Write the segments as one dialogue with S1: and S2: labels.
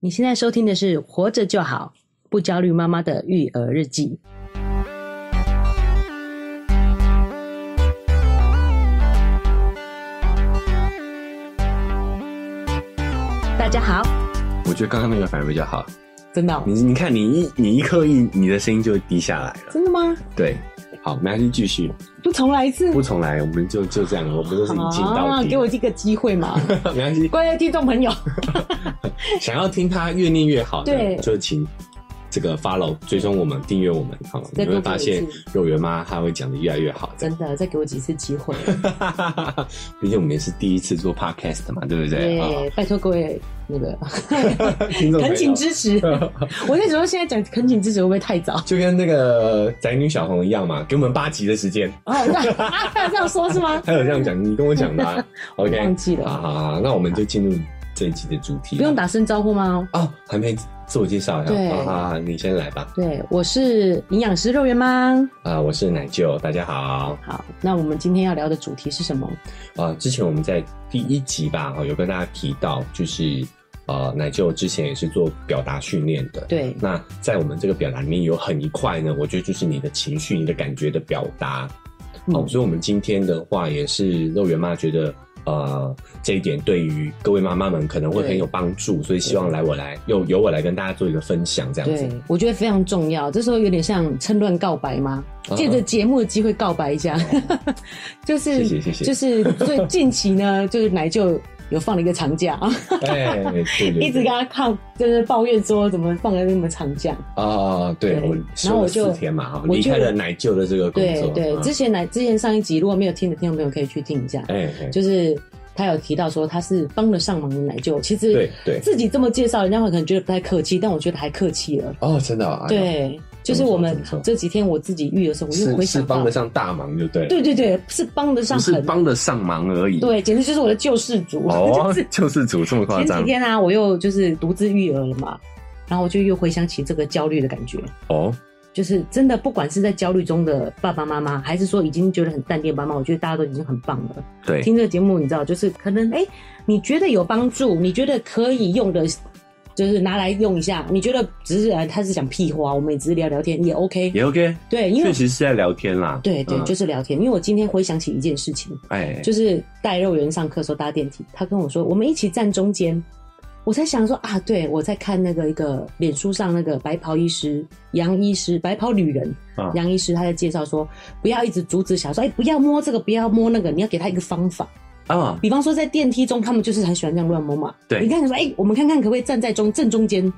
S1: 你现在收听的是《活着就好，不焦虑妈妈的育儿日记》。大家好，
S2: 我觉得刚刚那个反而比较好。
S1: 真的哦、
S2: 你你看，你一你一刻意，你的声音就低下来了。
S1: 真的吗？
S2: 对，好，没关系，继续，
S1: 不重来一次，
S2: 不重来，我们就就这样，我们都是一镜到
S1: 啊，
S2: 底。
S1: 给我这个机会 嘛，
S2: 没关系，
S1: 各位听众朋友，
S2: 想要听他越念越好的，
S1: 对
S2: 就请这个 follow 追踪我们，订阅我们，好吗？
S1: 再
S2: 你
S1: 多
S2: 会发现
S1: 给我一次
S2: 肉圆妈她会讲的越来越好的。
S1: 真的再给我几次机会，
S2: 毕竟我们也是第一次做 podcast 嘛，对不对？啊
S1: 对，拜托各位那个
S2: 听众朋
S1: 恳
S2: 友
S1: 请支 持。我在想说现在讲恳请支持会不会太早？
S2: 就跟那个宅女小红一样嘛，给我们八集的时间。
S1: 哦，那啊，他有这样说是吗？
S2: 他有这样讲，你跟我讲 的、啊、，OK，
S1: 忘记了
S2: 好好好，那我们就进入这一集的主题。
S1: 不用打声招呼吗？
S2: 哦，还没自我介绍呀？
S1: 对
S2: 好好好，你先来吧。
S1: 对，我是营养师肉圆妈。
S2: 啊、我是奶舅，大家好。
S1: 好，那我们今天要聊的主题是什么？
S2: 呃，之前我们在第一集吧，哦，有跟大家提到，就是呃，奶舅之前也是做表达训练的。
S1: 对，
S2: 那在我们这个表达里面有很一块呢，我觉得就是你的情绪、你的感觉的表达。
S1: 嗯
S2: 哦，所以我们今天的话也是肉圆妈觉得，呃，这一点对于各位妈妈们可能会
S1: 对
S2: 很有帮助，所以希望来我来由由我来跟大家做一个分享，这样子
S1: 对。，我觉得非常重要。这时候有点像趁乱告白吗？
S2: 啊呃
S1: 借着节目的机会告白一下， 就是
S2: 哦谢谢谢谢
S1: 就是 最近期呢，就是奶舅有放了一个长假啊，
S2: 哎，对对对，
S1: 一直跟他靠就是抱怨说怎么放了那么长假。
S2: 啊，对
S1: 对
S2: 我
S1: 然后
S2: 休
S1: 我
S2: 了
S1: 就
S2: 四天嘛，哈，
S1: 我就
S2: 离开了奶舅的这个工
S1: 对
S2: 作。
S1: 对，
S2: 嗯
S1: 之前奶之前上一集如果没有听的听众朋友可以去听一下，
S2: 哎，哎
S1: 就是他有提到说他是帮了上忙的奶舅，其实
S2: 对对
S1: 自己这么介绍，人家会可能觉得不太客气，但我觉得还客气了。
S2: 哦，真的啊，哎呦，
S1: 对，就是我们
S2: 怎么说
S1: 这几天我自己育儿生活，我就回
S2: 是是
S1: 想到
S2: 帮得，上大忙就对了，
S1: 对对对，是帮得上
S2: 不是
S1: 很，
S2: 帮得上忙而已。
S1: 对，简直就是我的救世主。
S2: 哦
S1: 就是，
S2: 救世主这么夸
S1: 前几
S2: 张
S1: 天啊，我又就是独自育儿了嘛，然后我就又回想起这个焦虑的感觉。
S2: 哦，
S1: 就是真的，不管是在焦虑中的爸爸妈妈，还是说已经觉得很淡定的爸妈，我觉得大家都已经很棒了。
S2: 对，
S1: 听这个节目，你知道，就是可能哎、诶你觉得有帮助，你觉得可以用的，就是拿来用一下。你觉得只是哎，他是讲屁话，我们也只是聊聊天也 OK。
S2: 也 OK，
S1: 对，因为
S2: 确实是在聊天啦。
S1: 对对，
S2: 嗯
S1: 就是聊天。因为我今天回想起一件事情，
S2: 哎，
S1: 就是带肉圆上课的时候搭电梯，他跟我说我们一起站中间，我才想说啊，对我在看那个一个脸书上那个白袍医师杨医师白袍女人
S2: 啊
S1: 杨医师他在介绍说，不要一直阻止小孩说，哎、不要摸这个，不要摸那个，你要给他一个方法。
S2: 啊，
S1: 比方说在电梯中，他们就是很喜欢这样乱摸嘛。
S2: 对
S1: 你看你说，哎、我们看看可不可以站在中正中间，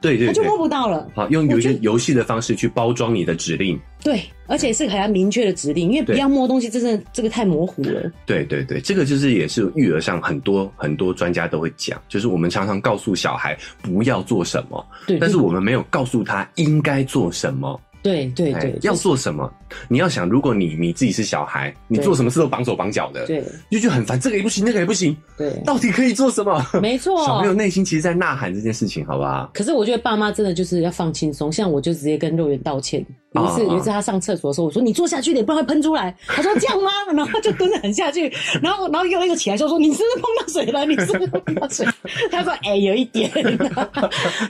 S2: 对对
S1: 他就
S2: 对
S1: 摸，不到了。
S2: 好，用有一
S1: 我
S2: 些
S1: 觉得
S2: 游戏的方式去包装你的指令。
S1: 对，而且是还要明确的指令，因为不
S2: 对
S1: 要摸东西，真的这个太模糊了。
S2: 对对对，这个就是也是育儿上很多很多专家都会讲，就是我们常常告诉小孩不要做什么，
S1: 对，
S2: 但是我们没有告诉他应该做什么，
S1: 对对
S2: 哎
S1: 对，
S2: 要
S1: 就是
S2: 做什么。你要想，如果你你自己是小孩，你
S1: 对
S2: 做什么事都绑手绑脚的，
S1: 对
S2: 就觉得很烦，这个也不行，那个也不行，
S1: 对，
S2: 到底可以做什么？
S1: 没错。
S2: 小朋友内心其实在呐喊这件事情，好不好？
S1: 可是我觉得爸妈真的就是要放轻松，像我就直接跟肉圆道歉。有一次，
S2: 啊啊
S1: 有一次他上厕所的时候，我说你坐下去点，不然会喷出 来。他说这样吗？然后他就蹲得很下去， 然后然后又又起来就说你是不是碰到水了？你是不是碰到水？他说哎、有一点。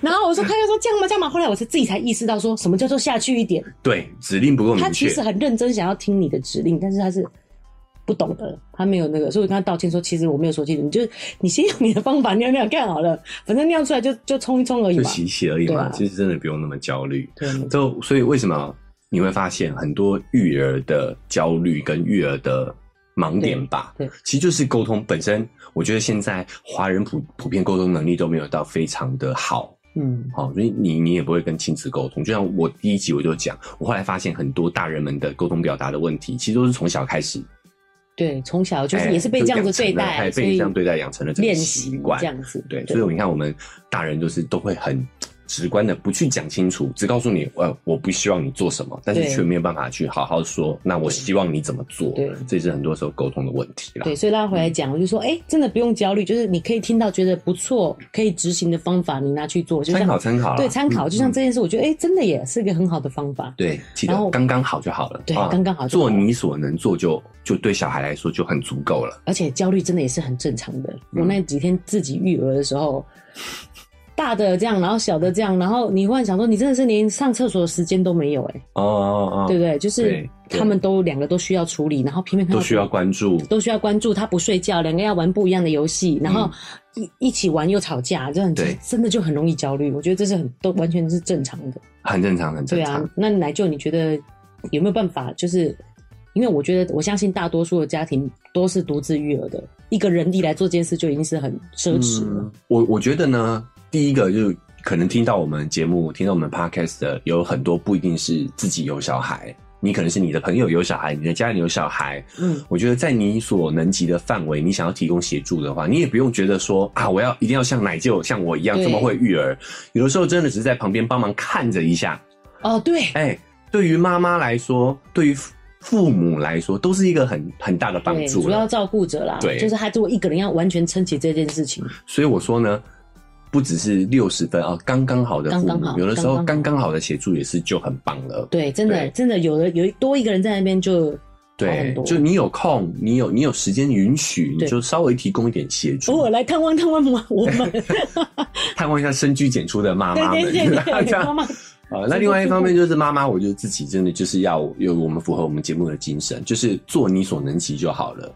S1: 然后我说他就说这样吗？这样吗？后来我是自己才意识到说什么叫做下去一点。
S2: 对，指令不够
S1: 他
S2: 明
S1: 其
S2: 嗯确
S1: 实。很认真想要听你的指令，但是他是不懂的，他没有那个，所以我跟他道歉说，其实我没有说清楚，你就是你先用你的方法尿尿干好了，反正尿出来就就冲一冲而已
S2: 就
S1: 嘛。
S2: 洗一洗而已
S1: 对
S2: 嘛，
S1: 啊
S2: 其实真的不用那么焦虑。
S1: 对，
S2: 就所以为什么你会发现很多育儿的焦虑跟育儿的盲点吧？
S1: 对对
S2: 其实就是沟通本身。我觉得现在华人普普遍沟通能力都没有到非常的好。
S1: 嗯，
S2: 好、哦所以你你也不会跟亲子沟通。就像我第一集我就讲，我后来发现很多大人们的沟通表达的问题，其实都是从小开始，
S1: 对，从小就是
S2: 哎
S1: 也是被这样子对
S2: 就
S1: 待，
S2: 养成了哎
S1: 所
S2: 被
S1: 以
S2: 这样对待养成了这个
S1: 练
S2: 习
S1: 习
S2: 惯
S1: 这样子。
S2: 对，所以你看，我们大人就是都会很直观的，不去讲清楚，只告诉你，呃，我不希望你做什么，但是
S1: 对
S2: 却没有办法去好好说，那我希望你怎么做
S1: 对，
S2: 这是很多时候沟通的问题啦。
S1: 对，所以拉回
S2: 嗯
S1: 来讲，我就说，哎、真的不用焦虑，就是你可以听到觉得不错、可以执行的方法，你拿去做，就
S2: 参
S1: 像
S2: 考参考啦，
S1: 对参考，
S2: 嗯
S1: 就像
S2: 嗯
S1: 这件事，我觉得哎、真的也是一个很好的方法。
S2: 对，记
S1: 然
S2: 得
S1: 后
S2: 刚刚好就好了，
S1: 对
S2: 啊
S1: 刚刚好就好
S2: 做你所能做就就对小孩来说就很足够了。
S1: 而且焦虑真的也是很正常的。
S2: 嗯
S1: 我那几天自己育儿的时候，大的这样，然后小的这样，然后你忽然想说，你真的是连上厕所的时间都没有、欸，哎、
S2: 哦哦哦，
S1: 对不对？就是
S2: 对对
S1: 他们都两个都需要处理，然后偏偏看到
S2: 都需要关注，
S1: 都需要关注，他不睡觉，两个要玩不一样的游戏，然后一、一起玩又吵架，这样子
S2: 嗯对
S1: 真的就很容易焦虑。我觉得这是很都完全是正常的。
S2: 很正常，很
S1: 对
S2: 正
S1: 啊
S2: 常。，
S1: 那奶舅，你觉得有没有办法？就是因为我觉得，我相信大多数的家庭都是独自育儿的，一个人力来做这件事就已经是很奢侈了。
S2: 嗯、我我觉得呢，嗯第一个就是可能听到我们节目、听到我们 podcast 的有很多不一定是自己有小孩，你可能是你的朋友有小孩，你的家人有小孩。
S1: 嗯
S2: 我觉得在你所能及的范围，你想要提供协助的话，你也不用觉得说啊，我要一定要像奶舅像我一样
S1: 对
S2: 这么会育儿。有的时候真的只是在旁边帮忙看着一下。
S1: 哦，对，
S2: 哎、对于妈妈来说，对于父父母来说，都是一个很很大的帮
S1: 对，
S2: 助了。
S1: 主要照顾者啦，
S2: 对
S1: 就是他如果一个人要完全撑起这件事情，
S2: 所以我说呢，不只是六十分啊，刚刚好的父母，
S1: 刚刚好
S2: 有的时候
S1: 刚刚
S2: 刚
S1: 好
S2: 刚好的协助也是就很棒了。
S1: 对，真的
S2: 对
S1: 真的有的有多一个人在那边就好很
S2: 对
S1: 多，
S2: 就你有空，你有你有时间允许，
S1: 对哦
S2: 你就稍微提供一点协
S1: 偶
S2: 助
S1: 尔，来探望探望我们，
S2: 探望一下深居简出的妈妈们，
S1: 对对对对，
S2: 这
S1: 妈
S2: 样。
S1: 妈
S2: 啊、那另外一方面就是妈妈，我觉得自己真的就是要有我们符合我们节目的精神，就是做你所能及就好了。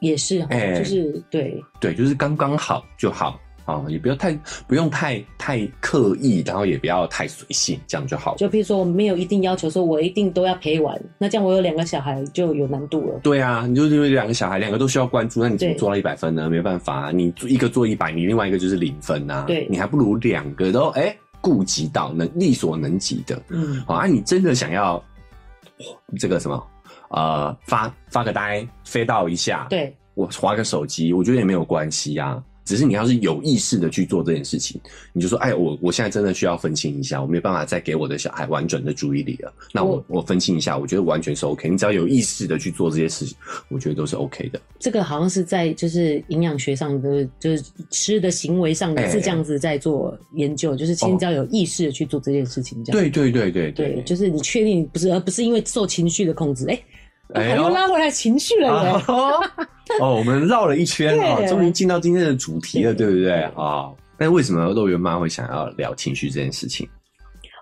S1: 也是哈，
S2: 哎
S1: 就是对，
S2: 对，就是刚刚好就好啊、也不要太不用太太刻意，然后也不要太随性，这样就好了。
S1: 就譬如说我没有一定要求说我一定都要陪玩，那这样我有两个小孩就有难度了。
S2: 对啊，你就是因为两个小孩，两个都需要关注，那你怎么
S1: 对
S2: 做到一百分呢？没办法、啊，你一个做一百，你另外一个就是零分呐、啊。
S1: 对
S2: 你还不如两个都哎顾及到能力所能及的。
S1: 嗯，
S2: 好啊，你真的想要这个什么呃发发个呆，飞到一下，，
S1: 对，
S2: 我划个手机，我觉得也没有关系啊。只是你要是有意识的去做这件事情，你就说，哎，我我现在真的需要分清一下，我没办法再给我的小孩完整的注意力了。那我我分清一下，我觉得完全是 OK。你只要有意识的去做这些事情，我觉得都是 OK 的。
S1: 这个好像是在就是营养学上的，就是吃的行为上
S2: 哎
S1: 是这样子在做研究，就是先要有意识的去做这件事情，这样。
S2: 对对对对
S1: 对，就是你确定不是，而不是因为受情绪的控制。哎、
S2: 哎呦
S1: 我又拉回来情绪了耶。
S2: 啊哦，我们绕了一圈
S1: 对
S2: 哦，终于进到今天的主题了，
S1: 对
S2: 对不对
S1: 对
S2: 啊？哦那为什么肉圆妈会想要聊情绪这件事情？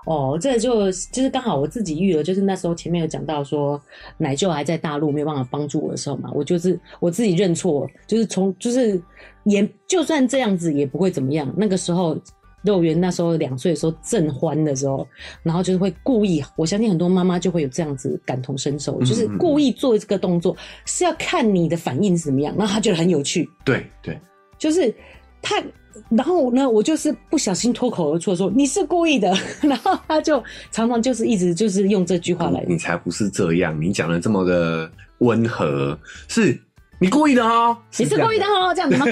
S1: 哦，这就就是刚好我自己育儿，就是那时候前面有讲到说奶舅还在大陆没有办法帮助我的时候嘛，我就是我自己认错，就是从就是也就算这样子也不会怎么样。那个时候肉圆那时候两岁的时候正欢的时候，然后就是会故意，我相信很多妈妈就会有这样子感同身受，就是
S2: 嗯嗯嗯
S1: 故意做这个动作是要看你的反应是怎么样，然后她觉得很有趣，
S2: 对对，
S1: 就是他，然后呢，我就是不小心脱口而出地说你是故意的， 然后他就常常就是一直就是用这句话来，
S2: 嗯你才不是这样，你讲的这么的温和，是你故意的哦，
S1: 你是故意的哦，这样子 吗？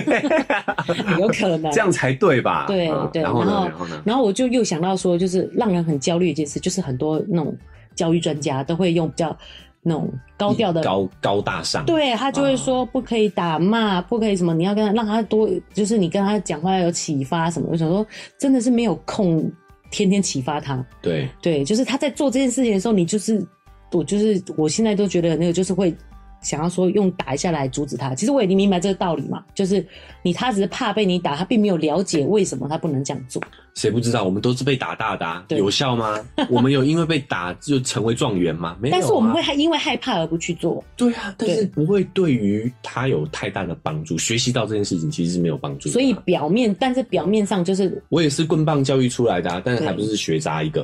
S1: 有可能
S2: 这。样才对吧？
S1: 对
S2: 啊
S1: 对
S2: 然后呢
S1: 然后，
S2: 然后呢？
S1: 然后我就又想到说，就是让人很焦虑一件事，就是很多那种教育专家都会用比较那种高嗯调的
S2: 高高大上，
S1: 对他就会
S2: 啊
S1: 说不可以打骂，不可以什么，你要跟他让他多，就是你跟他讲话要有启发什么。我想说，真的是没有空天天启发他，
S2: 对
S1: 对，就是他在做这件事情的时候，你就是我就是我现在都觉得那个就是会想要说用打一下来阻止他。其实我已经明白这个道理嘛，就是你他只是怕被你打，他并没有了解为什么他不能这样做。
S2: 谁不知道？我们都是被打大的、啊，
S1: 对
S2: 有效吗？ 我们有因为被打就成为状元吗？没有、啊。
S1: 但是我们会害因为害怕而不去做。
S2: 对啊，但是不会对于他有太大的帮助。学习到这件事情其实是没有帮助的啊。
S1: 所以表面，但是表面上 就是，
S2: 我也是棍棒教育出来的、啊，但是
S1: 对
S2: 还不是学渣一个。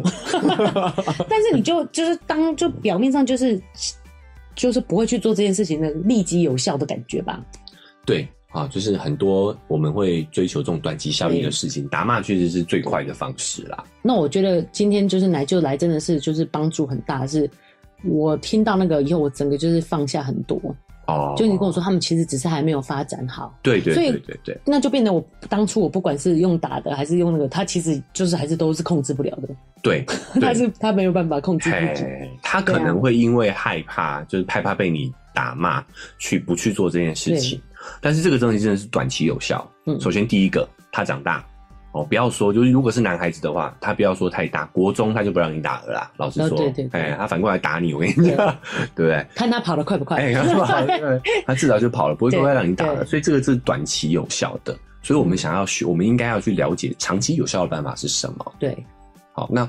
S1: 但是你就就是当就表面上就是就是不会去做这件事情的立即有效的感觉吧？
S2: 对啊，就是很多我们会追求这种短期效应的事情，打骂确实是最快的方式啦。
S1: 那我觉得今天就是来就来，真的是就是帮助很大。是我听到那个以后，我整个就是放下很多。
S2: 哦
S1: 就你跟我，说，他们其实只是还没有发展好，
S2: 对对
S1: 所以
S2: 对对对，
S1: 那就变得我当初我不管是用打的还是用那个，他其实就是还是都是控制不了的，
S2: 对，
S1: 他是他没有办法控制自己。啊
S2: 嘿，他可能会因为害怕，就是害怕被你打骂，去不去做这件事情。但是这个东西真的是短期有效。
S1: 嗯
S2: 首先第一个，他长大哦，不要说就是如果是男孩子的话，他不要说太大，国中他就不让你打了啦。老实
S1: 哦
S2: 说，
S1: 对对对
S2: 哎，他反过来打你，我跟你讲， 对不对？
S1: 看他跑得 快不快？
S2: 哎，他跑，对他至少就跑了，不会
S1: 对
S2: 不会让你打了。
S1: 对
S2: 所以这个是短期有效的。所以我们想要学，我们应该要去了解长期有效的办法是什么。
S1: 对，
S2: 好，那呃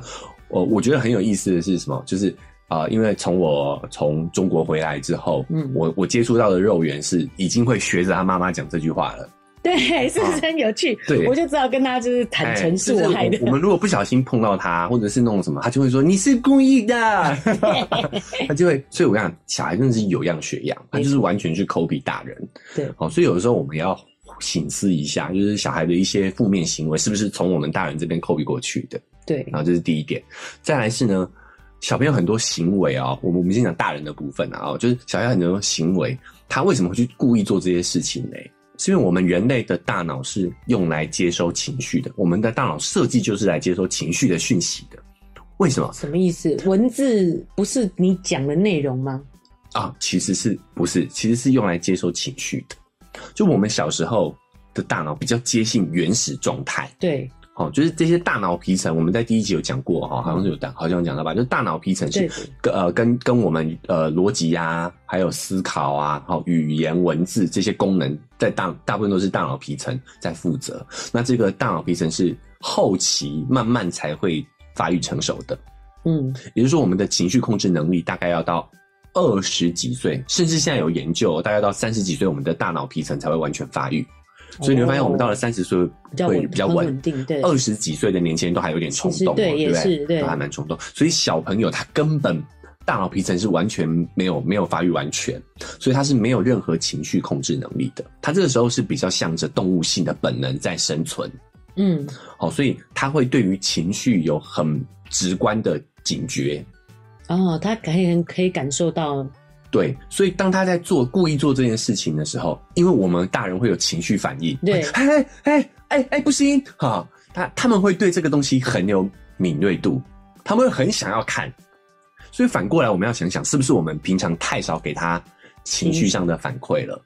S2: 我我觉得很有意思的是什么？就是啊、呃因为从我从中国回来之后，
S1: 嗯
S2: 我我接触到的肉圆是已经会学着他妈妈讲这句话了。
S1: 对，是不是很有趣？
S2: 啊对
S1: 我就知道跟他就是坦诚是
S2: 哎
S1: 我
S2: 就是
S1: 害的
S2: 我。我。们如果不小心碰到他，或者是弄什么，他就会说你是故 意的， 他就会。所以我想，小孩真的是有样学样，他就是完全去抠比大人。
S1: 对
S2: 好、所以有的时候我们也要醒思一下，就是小孩的一些负面行为是不是从我们大人这边抠比过去的？
S1: 对
S2: 然后这是第一点。再来是呢，小朋友很多行为啊、我们我们先讲大人的部分啊、就是小孩很多行为，他为什么会去故意做这些事情呢？是因为我们人类的大脑是用来接收情绪的，我们的大脑设计就是来接收情绪的讯息的。为什么
S1: 什么意思？文字不是你讲的内容吗？
S2: 啊？其实是不是？其实是用来接收情绪的。就我们小时候的大脑比较接近原始状态，
S1: 对
S2: 哦，就是这些大脑皮层，我们在第一集有讲过哈、哦，好像是有讲，好像有讲到吧？就是大脑皮层是
S1: 对
S2: 跟呃跟跟我们呃逻辑呀，还有思考啊，好、语言文字这些功能，在大大部分都是大脑皮层在负责。那这个大脑皮层是后期慢慢才会发育成熟的，
S1: 嗯，
S2: 也就是说，我们的情绪控制能力大概要到二十几岁，甚至现在有研究，大概到三十几岁，我们的大脑皮层才会完全发育。所以你会发现，我们到了三十岁
S1: 哦比较
S2: 会
S1: 稳，嗯
S2: 比较
S1: 很
S2: 稳
S1: 稳，定，对，
S2: 二十几岁的年轻人都还有点冲
S1: 其
S2: 动
S1: 实
S2: 哦，
S1: 对
S2: 对
S1: 也
S2: 不
S1: 是对
S2: 都还蛮冲动。所以小朋友他根本大脑皮层是完全没有没有发育完全，所以他是没有任何情绪控制能力的。他这个时候是比较向着动物性的本能在生存，
S1: 嗯，
S2: 哦，所以他会对于情绪有很直观的警觉。
S1: 哦，他可以很可以感受到，
S2: 对，所以当他在做故意做这件事情的时候，因为我们大人会有情绪反应，
S1: 对
S2: 哎哎哎哎，不行，哈、他他们会对这个东西很有敏锐度，他们会很想要看，所以反过来我们要想想，是不是我们平常太少给他情
S1: 嗯
S2: 绪上的反馈了？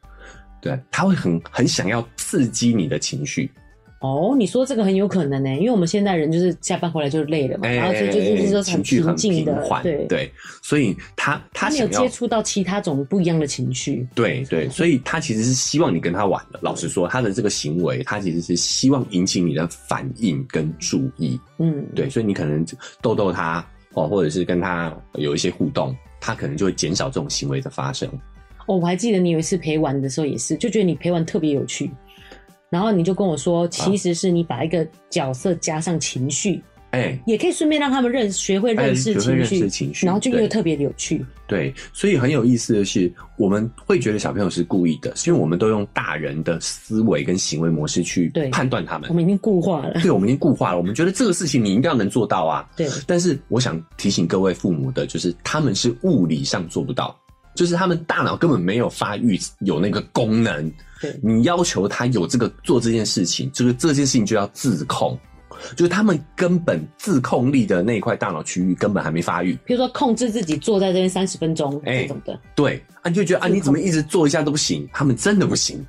S2: 对，他会很很想要刺激你的情绪，
S1: 哦，你说这个很有可能呢，欸因为我们现代人就是下班回来就累了嘛，
S2: 哎
S1: 然后所以就是都是
S2: 情绪
S1: 平
S2: 很
S1: 静
S2: 平
S1: 的，
S2: 缓，
S1: 对，
S2: 对，所以他
S1: 他
S2: 他
S1: 没有
S2: 想要
S1: 接触到其他种不一样的情绪，
S2: 对对，所以他其实是希望你跟他玩的。老实说，他的这个行为，他其实是希望引起你的反应跟注意。
S1: 嗯，
S2: 对，所以你可能逗逗他哦，或者是跟他有一些互动，他可能就会减少这种行为的发生。
S1: 哦，我还记得你有一次陪玩的时候也是，就觉得你陪玩特别有趣，然后你就跟我
S2: 啊
S1: 说，其实是你把一个角色加上情绪，
S2: 哎、
S1: 也可以顺便让他们认学会认识
S2: 哎学会
S1: 情
S2: 认识
S1: 绪，
S2: 情绪
S1: 然后就
S2: 对
S1: 又特别有趣，
S2: 对，所以很有意思的是，我们会觉得小朋友是故意的，是因为我们都用大人的思维跟行为模式去
S1: 对
S2: 判断他们
S1: 我。们已经固化 了，
S2: 对，我们已经固化了，我们觉得这个事情你一定要能做到啊。
S1: 对，
S2: 但是我想提醒各位父母的，就是他们是物理上做不到，就是他们大脑根本没有发育有那个功能。
S1: 对
S2: 你要求他有这个做这件事情，就是这件事情就要自控，就是他们根本自控力的那一块大脑区域根本还没发育。
S1: 比如说控制自己坐在这边三十分钟、
S2: 哎
S1: 这种的，
S2: 对啊，你就觉得啊，
S1: 自控
S2: 你怎么一直做一下都不行？他们真的不行，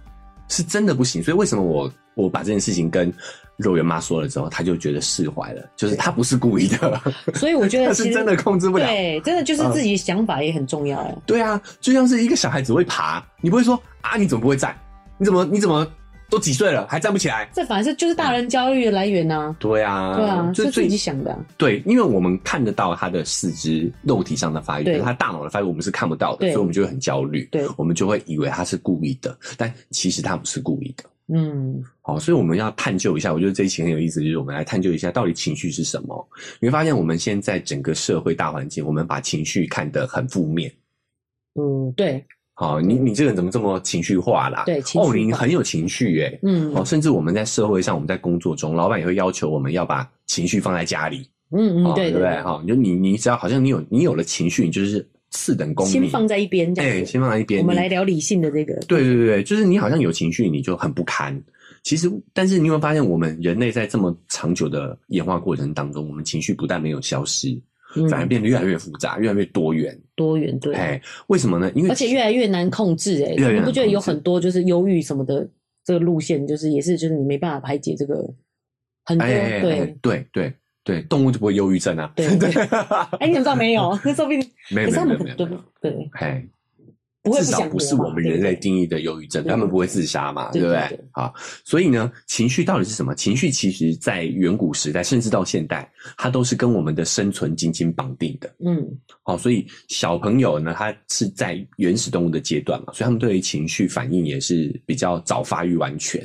S2: 是真的不行。所以为什么我我把这件事情跟肉圆妈说了之后，她就觉得释怀了，就是她不是故意的，
S1: 所以我觉得
S2: 她
S1: 其
S2: 是
S1: 实
S2: 真的控制不了。嗯
S1: 对，真的就是自己想法也很重要哎、
S2: 对啊，就像是一个小孩子会爬，你不会说啊，你怎么不会站？你怎么你怎么都几岁了还站不起来？
S1: 这反而是就是大人教育的来源呐、
S2: 对啊，
S1: 对啊，
S2: 就是
S1: 自
S2: 最
S1: 己想的啊、
S2: 对，因为我们看得到他的四肢肉体上的发育，
S1: 对
S2: 可是他大脑的发育我们是看不到的，
S1: 对
S2: 所以我们就会很焦虑，
S1: 对
S2: 我们就会以为他是故意的，但其实他不是故意的。
S1: 嗯，
S2: 好，所以我们要探究一下，我觉得这一期很有意思，就是我们来探究一下到底情绪是什么。你会发现，我们现在整个社会大环境，我们把情绪看得很负面。
S1: 嗯，对
S2: 好，你你这个人怎么这么情绪化啦？
S1: 对情绪
S2: 哦，你
S1: 化
S2: 很有情绪耶、
S1: 嗯
S2: 哦，甚至我们在社会上，我们在工作中，老板也会要求我们要把情绪放在家里，
S1: 嗯
S2: 哦
S1: 嗯，对
S2: 对不对？哈、就你你只要好像你有你有了情绪，你就是次等公
S1: 先
S2: 民，
S1: 放在一边这
S2: 哎、
S1: 样子。
S2: 先放在一边。
S1: 我们
S2: 你
S1: 来聊理性的这个，
S2: 对对对对，就是你好像有情绪，你就很不堪。其实，但是你会发现，我们人类在这么长久的演化过程当中，我们情绪不但没有消失，
S1: 嗯
S2: 反而变得越来越复杂，越来越多元。
S1: 多元对，
S2: 哎、为什么呢？因为
S1: 而且越来越难控制哎、
S2: 越来越
S1: 你
S2: 难
S1: 不觉得有
S2: 控制
S1: 很多就是忧郁什么的这个路线，就是也是就是你没办法排解这个很多
S2: 哎哎哎
S1: 对。
S2: 哎对对对，动物就不会忧郁症 啊。
S1: 对对哎、你怎么知道没有？那说不定，
S2: 没
S1: 可是
S2: 有没有
S1: 他
S2: 没
S1: 们
S2: 有
S1: 可
S2: 没有没
S1: 对
S2: 有，
S1: 对，
S2: 哎，
S1: 不会
S2: 至
S1: 不
S2: 少
S1: 想
S2: 不
S1: 活
S2: 是
S1: 嘛
S2: 我们人类定义的忧郁症，
S1: 对
S2: 他们不会自杀嘛，
S1: 对
S2: 不
S1: 对
S2: 对
S1: 对？
S2: 好，所以呢，情绪到底是什么？情绪其实在远古时代，甚至到现代，它都是跟我们的生存紧紧绑定的。
S1: 嗯
S2: 好、所以小朋友呢，他是在原始动物的阶段嘛，所以他们对于情绪反应也是比较早发育完全，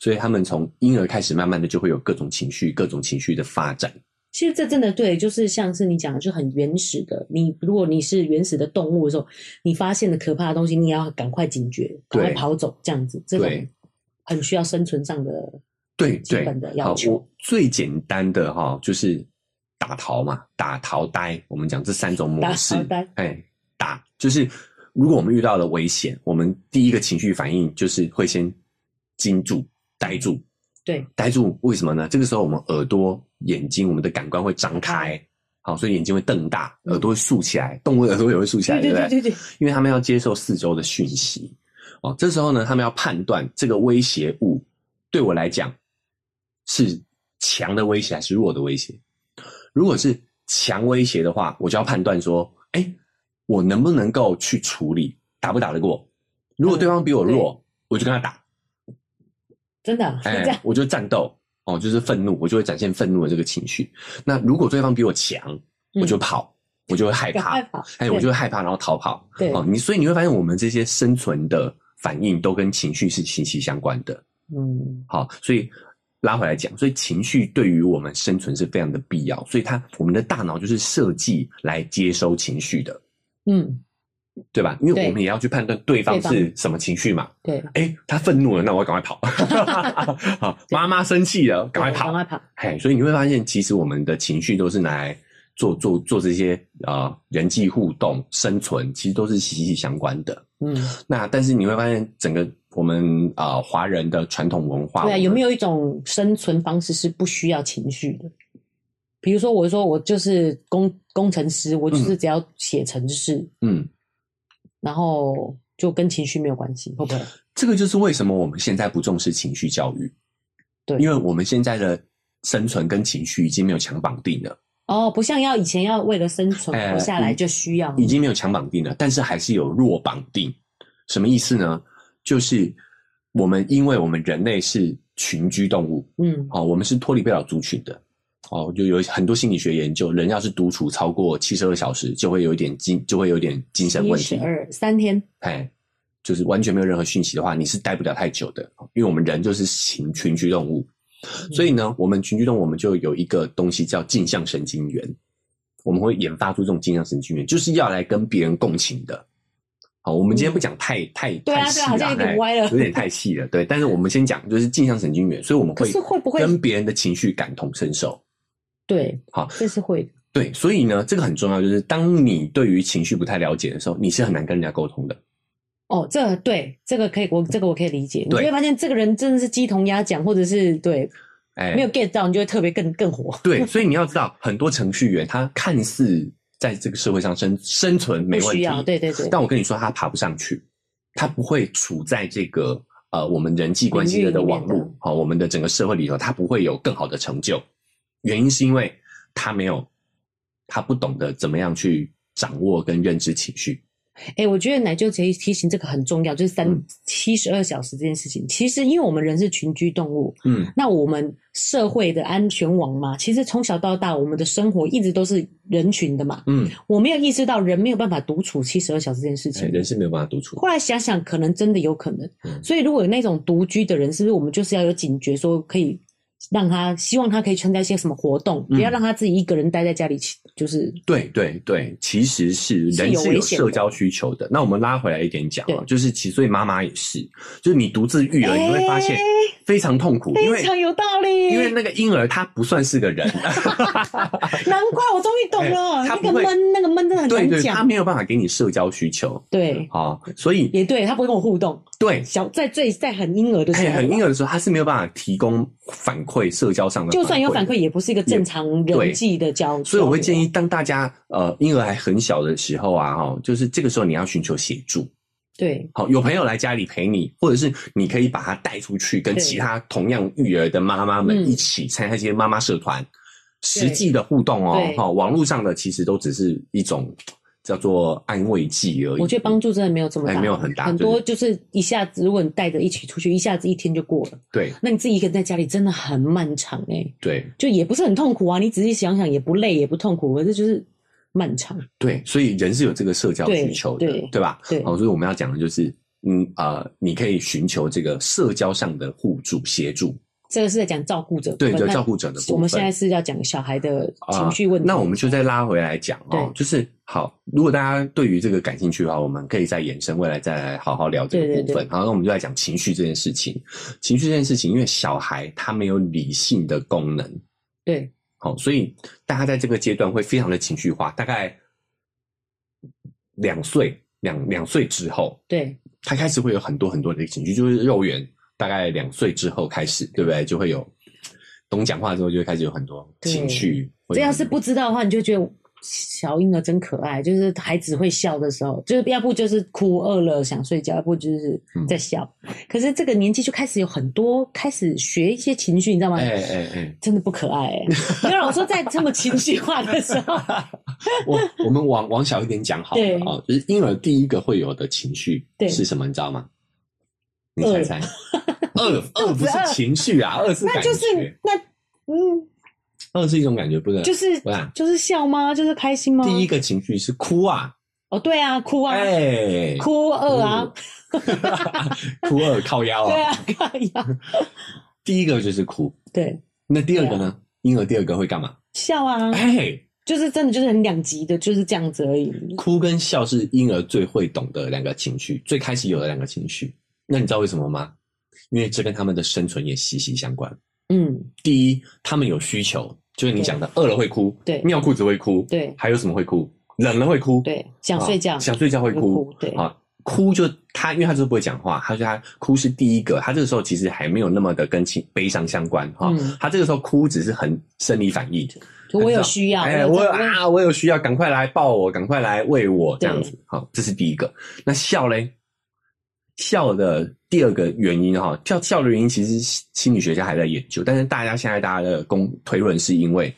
S2: 所以他们从婴儿开始，慢慢的就会有各种情绪，各种情绪的发展。
S1: 其实这真的对，就是像是你讲的，就很原始的。你如果你是原始的动物的时候，你发现了可怕的东西，你也要赶快警觉，赶快
S2: 对
S1: 跑走，这样子，这
S2: 对
S1: 种很需要生存上的
S2: 对
S1: 基
S2: 对，
S1: 本的
S2: 好
S1: 要，求。
S2: 我最简单的哈、就是打逃嘛，打逃呆，我们讲这三种模式
S1: 打逃 呆。
S2: 哎，打就是如果我们遇到了危险，我们第一个情绪反应就是会先惊住、呆住。
S1: 嗯对，
S2: 呆住为什么呢？这个时候我们耳朵、眼睛，我们的感官会张开。好，所以眼睛会瞪大，
S1: 嗯
S2: 耳朵会竖起来，动物耳朵也会竖起来，
S1: 对对
S2: 不
S1: 对对对，
S2: 因为他们要接受四周的讯息。哦，这时候呢，他们要判断这个威胁物对我来讲是强的威胁还是弱的威胁。如果是强威胁的话，我就要判断说，哎，我能不能够去处理，打不打得过？如果对方比我弱，
S1: 嗯
S2: 我就跟他打，
S1: 真的啊是这
S2: 哎
S1: 样，。
S2: 我就战斗。哦，就是愤怒，我就会展现愤怒的这个情绪。那如果对方比我强，
S1: 嗯
S2: 我就跑，我就会害
S1: 赶
S2: 怕
S1: 快。跑！
S2: 哎，我就会害怕，然后逃跑。
S1: 对
S2: 哦，你所以你会发现，我们这些生存的反应都跟情绪是息息相关的。
S1: 嗯，
S2: 好，所以拉回来讲，所以情绪对于我们生存是非常的必要，所以它我们的大脑就是设计来接收情绪的，
S1: 嗯，
S2: 对吧？因为
S1: 对
S2: 我们也要去判断对方
S1: 对方
S2: 是什么情绪嘛。
S1: 对，
S2: 哎，他愤怒了，那我要赶快 跑。好，妈妈生气了，赶快
S1: 赶
S2: 跑。
S1: 快跑！
S2: 嘿，所以你会发现，其实我们的情绪都是拿来做做做这些啊、呃人际互动、生存，其实都是息息相关的。
S1: 嗯，
S2: 那但是你会发现，整个我们啊华、人的传统文化，
S1: 对啊，有没
S2: 有
S1: 有一种生存方式是不需要情绪的？比如说，我说我就是工工程师，我就是只要写程式，
S2: 嗯？
S1: 然后就跟情绪没有关系，会不会？
S2: 这个就是为什么我们现在不重视情绪教育，
S1: 对
S2: 因为我们现在的生存跟情绪已经没有强绑定了，
S1: 哦，不像要以前要为了生存
S2: 哎
S1: 活下来就需要，
S2: 已经没有强绑定了，但是还是有弱绑定。什么意思呢？就是我们因为我们人类是群居动物，
S1: 嗯
S2: 哦，我们是脱离不了族群的。哦，就有很多心理学研究，人要是独处超过七十二小时，就会有一点精，就会有一点精神
S1: 一
S2: 问
S1: 十。
S2: 题
S1: 二三天，
S2: 哎，就是完全没有任何讯息的话，你是待不了太久的，哦因为我们人就是群群居动物，
S1: 嗯
S2: 所以呢，我们群居动物我们就有一个东西叫镜像神经元，我们会研发出这种镜像神经元，就是要来跟别人共情的。好，我们今天不讲太太
S1: 对啊
S2: 太细
S1: 对啊好像有点
S2: 哎
S1: 歪了
S2: 有点太细了，对。但是我们先讲就是镜像神经元，所以我们
S1: 可
S2: 会
S1: 是会不会
S2: 跟别人的情绪感同身受。
S1: 对，
S2: 好
S1: 这是会的，
S2: 对，所以呢，这个很重要，就是当你对于情绪不太了解的时候，你是很难跟人家沟通的。
S1: 哦，这个对，这个可以，我这个我可以理解，你就
S2: 对
S1: 会发现这个人真的是鸡同鸭讲，或者是对
S2: 哎，
S1: 没有 get 到，你就会特别更更火，
S2: 对，所以你要知道，很多程序员他看似在这个社会上生生存没
S1: 不
S2: 问
S1: 需
S2: 题，
S1: 要，对对对，
S2: 但我跟你说，他爬不上去，他不会处在这个呃我们人际关系
S1: 领域
S2: 的
S1: 里面
S2: 网络
S1: 的
S2: 啊、我们的整个社会里头，他不会有更好的成就。原因是因为他没有，他不懂得怎么样去掌握跟认知情绪。
S1: 哎、我觉得奶舅提提醒这个很重要，就是三
S2: 嗯
S1: 七十二小时这件事情。其实，因为我们人是群居动物，
S2: 嗯，
S1: 那我们社会的安全网嘛，其实从小到大，我们的生活一直都是人群的嘛。
S2: 嗯，
S1: 我没有意识到人没有办法独处七十二小时这件事情。
S2: 人是没有办法独处。
S1: 后来想想，可能真的有可能。
S2: 哎嗯
S1: 所以，如果有那种独居的人，是不是我们就是要有警觉，说可以让他，希望他可以参加一些什么活动，不要
S2: 嗯
S1: 让他自己一个人待在家里，就是
S2: 对对对，其实是
S1: 是
S2: 人
S1: 有
S2: 是
S1: 危
S2: 有
S1: 险
S2: 社
S1: 的
S2: 交需求的。那我们拉回来一点讲啊
S1: 对，
S2: 就是其实所以妈妈也是，就是你独自育儿，你会发现
S1: 哎
S2: 非常痛苦，因
S1: 非
S2: 为
S1: 常有道理。
S2: 因为那个婴儿他不算是个人，
S1: 难怪我终于懂了，
S2: 哎他
S1: 那
S2: 不
S1: 个
S2: 会
S1: 闷，那个闷真的很
S2: 对
S1: 难
S2: 对，他
S1: 讲。
S2: 没有办法给你社交需求
S1: 对，
S2: 啊、所以
S1: 也对，他不会跟我互动。
S2: 对，
S1: 小在最在很婴儿的时
S2: 哎，
S1: 候，
S2: 很婴儿的时候他是没有办法提供反馈社交上的，
S1: 就算有反馈，。也不是一个正常人际的交。
S2: 所以我会建
S1: 议，
S2: 议，当大家呃婴儿还很小的时候啊，哈，就是这个时候你要寻求协助，
S1: 对
S2: 好，有朋友来家里陪你，或者是你可以把他带出去，跟
S1: 对
S2: 其他同样育儿的妈妈们
S1: 嗯
S2: 一起参加一些妈妈社团，实际的互动哦
S1: 对。
S2: 哈、网络上的其实都只是一种叫做安慰剂而已。
S1: 我觉得帮助真的没有这么大，
S2: 哎没有很大
S1: 很多就是一下子，如果你带着一起出去，一下子一天就过了。
S2: 对
S1: 那你自己一个人在家里真的很漫长哎、
S2: 对
S1: 就也不是很痛苦啊。你仔细想想，也不累，也不痛苦，可是就是漫长。
S2: 对，所以人是有这个社交需求的，
S1: 对
S2: 对
S1: 对
S2: 吧？
S1: 对
S2: 好，所以我们要讲的就是，嗯呃，你可以寻求这个社交上的互助协助，
S1: 这个是在讲照顾者部分，
S2: 对对，
S1: 那
S2: 照顾者的部分。
S1: 我们现在是要讲小孩的情绪问题。
S2: 啊那我们就再拉回来讲哦
S1: 对，
S2: 就是好，如果大家对于这个感兴趣的话，我们可以再延伸，未来再来好好聊这个部分。
S1: 对对对
S2: 好，那我们就来讲情绪这件事情。情绪这件事情，因为小孩他没有理性的功能，
S1: 对
S2: 好、所以大家在这个阶段会非常的情绪化，大概两岁两两岁之后，
S1: 对
S2: 他开始会有很多很多的情绪，就是幼园大概两岁之后开始，对不对？就会有懂讲话之后，就会开始有很多
S1: 对
S2: 情绪。
S1: 这要是不知道的话，你就觉得小婴儿真可爱，就是孩子会笑的时候，就是要不就是哭饿了想睡觉，要不就是
S2: 嗯
S1: 在笑。可是这个年纪就开始有很多开始学一些情绪，你知道吗？
S2: 哎哎哎，
S1: 真的不可爱、欸，没有我说在这么情绪化的时 候，
S2: 我我们往往小一点讲好了
S1: 对
S2: 啊、哦，就是婴儿第一个会有的情绪
S1: 对
S2: 是什么？你知道吗？你
S1: 饿
S2: 猜猜， 饿饿不是情绪啊，饿是
S1: 那
S2: 感
S1: 就
S2: 觉
S1: 是，那嗯，
S2: 饿是一种感觉，不是？
S1: 就是
S2: 不然
S1: 就是笑吗？就是开心吗？
S2: 第一个情绪是哭啊，
S1: 哦，对啊，哭啊，
S2: 哎，嗯
S1: 哭饿啊，
S2: 哭二靠腰
S1: 对
S2: 啊，
S1: 啊，靠呀，
S2: 第一个就是哭，
S1: 对，
S2: 那第二个呢？婴儿第二个会干嘛？
S1: 笑啊，
S2: 哎，
S1: 就是真的就是很两极的，就是这样子而已。
S2: 哭跟笑是婴儿最会懂的两个情绪，最开始有的两个情绪。那你知道为什么吗？因为这跟他们的生存也息息相关。
S1: 嗯，
S2: 第一，他们有需求，就是你讲的饿了会哭，
S1: 对
S2: 尿裤子会哭，
S1: 对
S2: 还有什么会哭？冷了会哭，
S1: 对，想
S2: 啊，
S1: 睡觉，
S2: 想睡觉会哭，
S1: 会哭对
S2: 啊。哭就他，因为他就是不会讲话，他就他哭是第一个，他这个时候其实还没有那么的跟情悲伤相关哈、
S1: 嗯
S2: 他这个时候哭只是很生理反应，
S1: 就我有需要，
S2: 哎，
S1: 我
S2: 我有
S1: 有
S2: 啊，我有需要，赶快来抱我，赶快来喂我，这
S1: 对
S2: 样子。好，这是第一个。那笑嘞，笑的第二个原因哈，笑笑的原因其实心理学家还在研究，但是大家现在大家的公推论是因为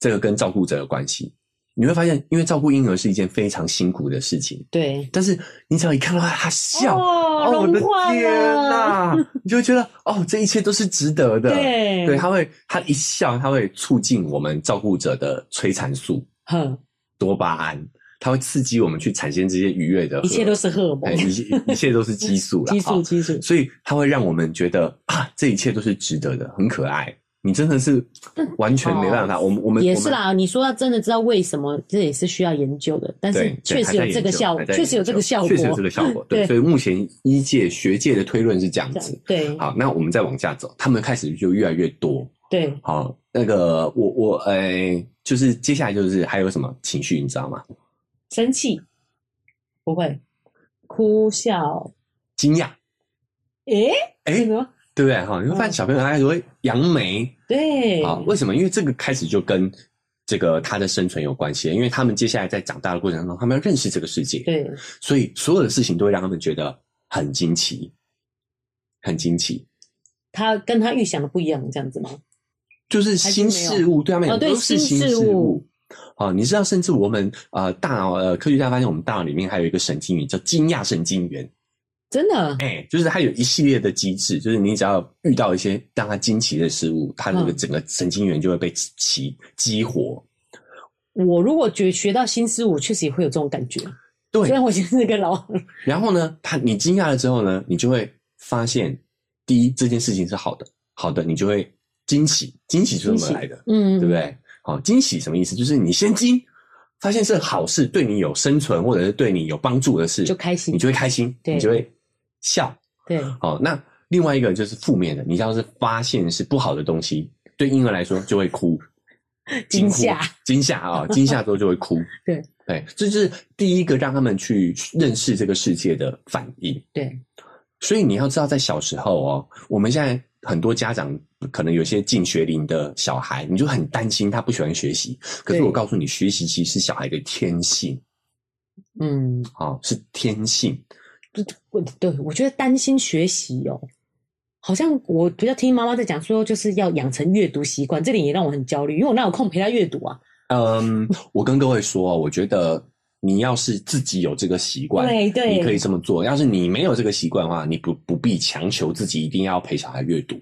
S2: 这个跟照顾者有关系。你会发现，因为照顾婴儿是一件非常辛苦的事情，
S1: 对，
S2: 但是你只要一看到他他笑，
S1: 哦，
S2: 我的
S1: 融化
S2: 天
S1: 了，
S2: 呐， 你就会觉得哦，这一切都是值得的。
S1: 对
S2: 对，他会他一笑，他会促进我们照顾者的催产素
S1: 哼，
S2: 多巴胺，它会刺激我们去产生这些愉悦的荷，
S1: 一切都是荷尔
S2: 哎
S1: 蒙，
S2: 一切一切都是激素 啦。
S1: 激素
S2: 哈
S1: 激素，
S2: 所以它会让我们觉得啊，这一切都是值得的，很可爱。你真的是完全没办法，我们我们
S1: 嗯哦也
S2: 我们
S1: 是啦。你说要真的知道为什么，这也是需要研究的，但
S2: 对
S1: 是
S2: 对
S1: 确
S2: 还
S1: 实
S2: 在
S1: 有
S2: 研
S1: 这个
S2: 究
S1: 效
S2: 还，在
S1: 确
S2: 研
S1: 实有这
S2: 究
S1: 个效果，
S2: 确实有这个效果。对，
S1: 对
S2: 所以目前医界学界的推论是这样
S1: 这
S2: 子
S1: 样。对
S2: 好，那我们再往下走，他们开始就越来越多。
S1: 对，
S2: 好，那个我我呃、就是接下来就是还有什么情绪，你知道吗？
S1: 生气不会，哭笑，
S2: 惊讶，
S1: 诶，
S2: 哎、
S1: 什么？
S2: 对不对？哈，你会发现小朋友他开始会扬眉，
S1: 对，
S2: 啊，为什么？因为这个开始就跟这个他的生存有关系，因为他们接下来在长大的过程当中，他们要认识这个世界，
S1: 对，
S2: 所以所有的事情都会让他们觉得很惊奇，很惊奇。
S1: 他跟他预想的不一样，这样子吗？
S2: 就是新事物，对他们
S1: 哦
S2: 讲
S1: 对
S2: 都是新
S1: 新
S2: 事
S1: 事
S2: 物
S1: 物。
S2: 啊，你知道，甚至我们呃大脑呃科学家发现，我们大脑里面还有一个神经元叫惊讶神经元，
S1: 真的，
S2: 哎、就是它有一系列的机制，就是你只要遇到一些让它惊奇的事物，它这个
S1: 嗯
S2: 整个神经元就会被激激活。
S1: 我如果觉学到新事物，确实也会有这种感觉。
S2: 对
S1: 虽，然我现在是个老，
S2: 然后呢，它你惊讶了之后呢，你就会发现，第一这件事情是好的，好的，你就会惊喜，惊喜是怎么来的？
S1: 嗯，
S2: 对不？对？好，惊喜什么意思？就是你先惊，发现是好事，对你有生存或者是对你有帮助的事，
S1: 就开心
S2: 你就会开心，
S1: 对
S2: 你就会笑。
S1: 对，
S2: 好，那另外一个就是负面的，你要是发现是不好的东西，对婴儿来说就会哭，
S1: 惊
S2: 哭
S1: 吓，
S2: 惊吓啊，惊吓之后就会哭。
S1: 对
S2: 对，这就是第一个让他们去认识这个世界的反应。
S1: 对，
S2: 所以你要知道，在小时候哦，我们现在很多家长可能有些进学龄的小孩，你就很担心他不喜欢学习。可是
S1: 对
S2: 我告诉你，学习其实是小孩的天性
S1: 嗯，
S2: 啊、哦，是天性。
S1: 我对我觉得担心学习哦，好像我比较听妈妈在讲说，就是要养成阅读习惯，这点也让我很焦虑，因为我哪有空陪她阅读啊？
S2: 嗯，我跟各位说哦，我觉得你要是自己有这个习惯，
S1: 对对
S2: 你可以这么做。要是你没有这个习惯的话，你不不必强求自己一定要陪小孩阅读。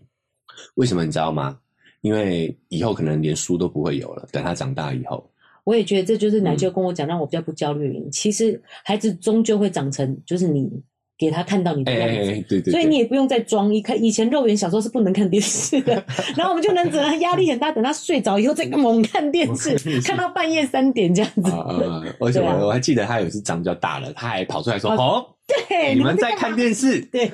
S2: 为什么你知道吗？因为以后可能连书都不会有了。等他长大以后，
S1: 我也觉得这就是
S2: 嗯
S1: 奶舅跟我讲，让我比较不焦虑的原因。其实孩子终究会长成，就是你给他看到你的
S2: 哎
S1: 样
S2: 哎
S1: 子。
S2: 哎，对对对，
S1: 所以你也不用再装一看，以前肉圆小时候是不能看电视 的，然后我们就能只能压力很大，等他睡着以后再猛看电视，看到半夜三点这样 子
S2: 啊。啊，啊而且我、
S1: 对啊
S2: 我还记得他有一次长比较大了，他还跑出来说：“哦，
S1: 对，
S2: 你们
S1: 在
S2: 在看电视，
S1: 对，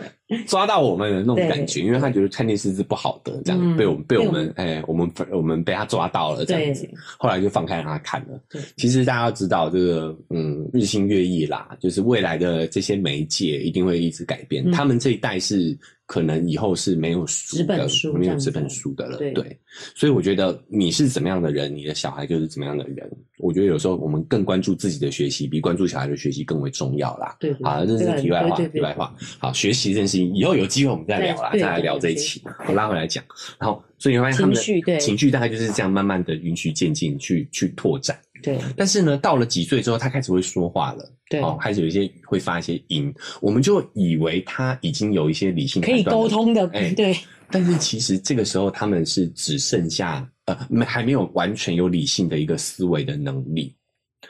S2: 抓到我们的那种
S1: 对
S2: 感觉，因为他觉得看电视是不好的，这样、
S1: 嗯
S2: 被我们被
S1: 被
S2: 我
S1: 我
S2: 们哎，我们我们被他抓到了这样子
S1: 对，
S2: 后来就放开让他看了
S1: 对。
S2: 其实大家要知道，这个嗯，日新月异啦，就是未来的这些媒介一定会一直改变。
S1: 嗯
S2: 他们这一代是可能以后是没有书
S1: 纸
S2: 的，
S1: 本书
S2: 没
S1: 这
S2: 有
S1: 样子
S2: 纸本书的了，
S1: 对
S2: 对。所以我觉得你是怎么样的人，你的小孩就是怎么样的人。我觉得有时候我们更关注自己的学习，比关注小孩的学习更为重要啦。
S1: 对对
S2: 啊
S1: 啊
S2: 好，这是题外话，
S1: 嗯对对对
S2: 题外话。好，学习这件事情，以后有机会我们再聊啦，
S1: 对
S2: 再来聊这一期。我拉回来讲，然后所以你会发现他们的
S1: 情绪对
S2: 情绪大概就是这样，慢慢的允许渐进去去拓展。
S1: 对
S2: 但是呢，到了几岁之后，他开始会说话了，
S1: 对，
S2: 哦，开始有一些会发一些音，我们就以为他已经有一些理性
S1: 可以
S2: 判断了
S1: 沟，通的
S2: 哎，
S1: 对
S2: 但是其实这个时候他们是只剩下呃没还没有完全有理性的一个思维的能力。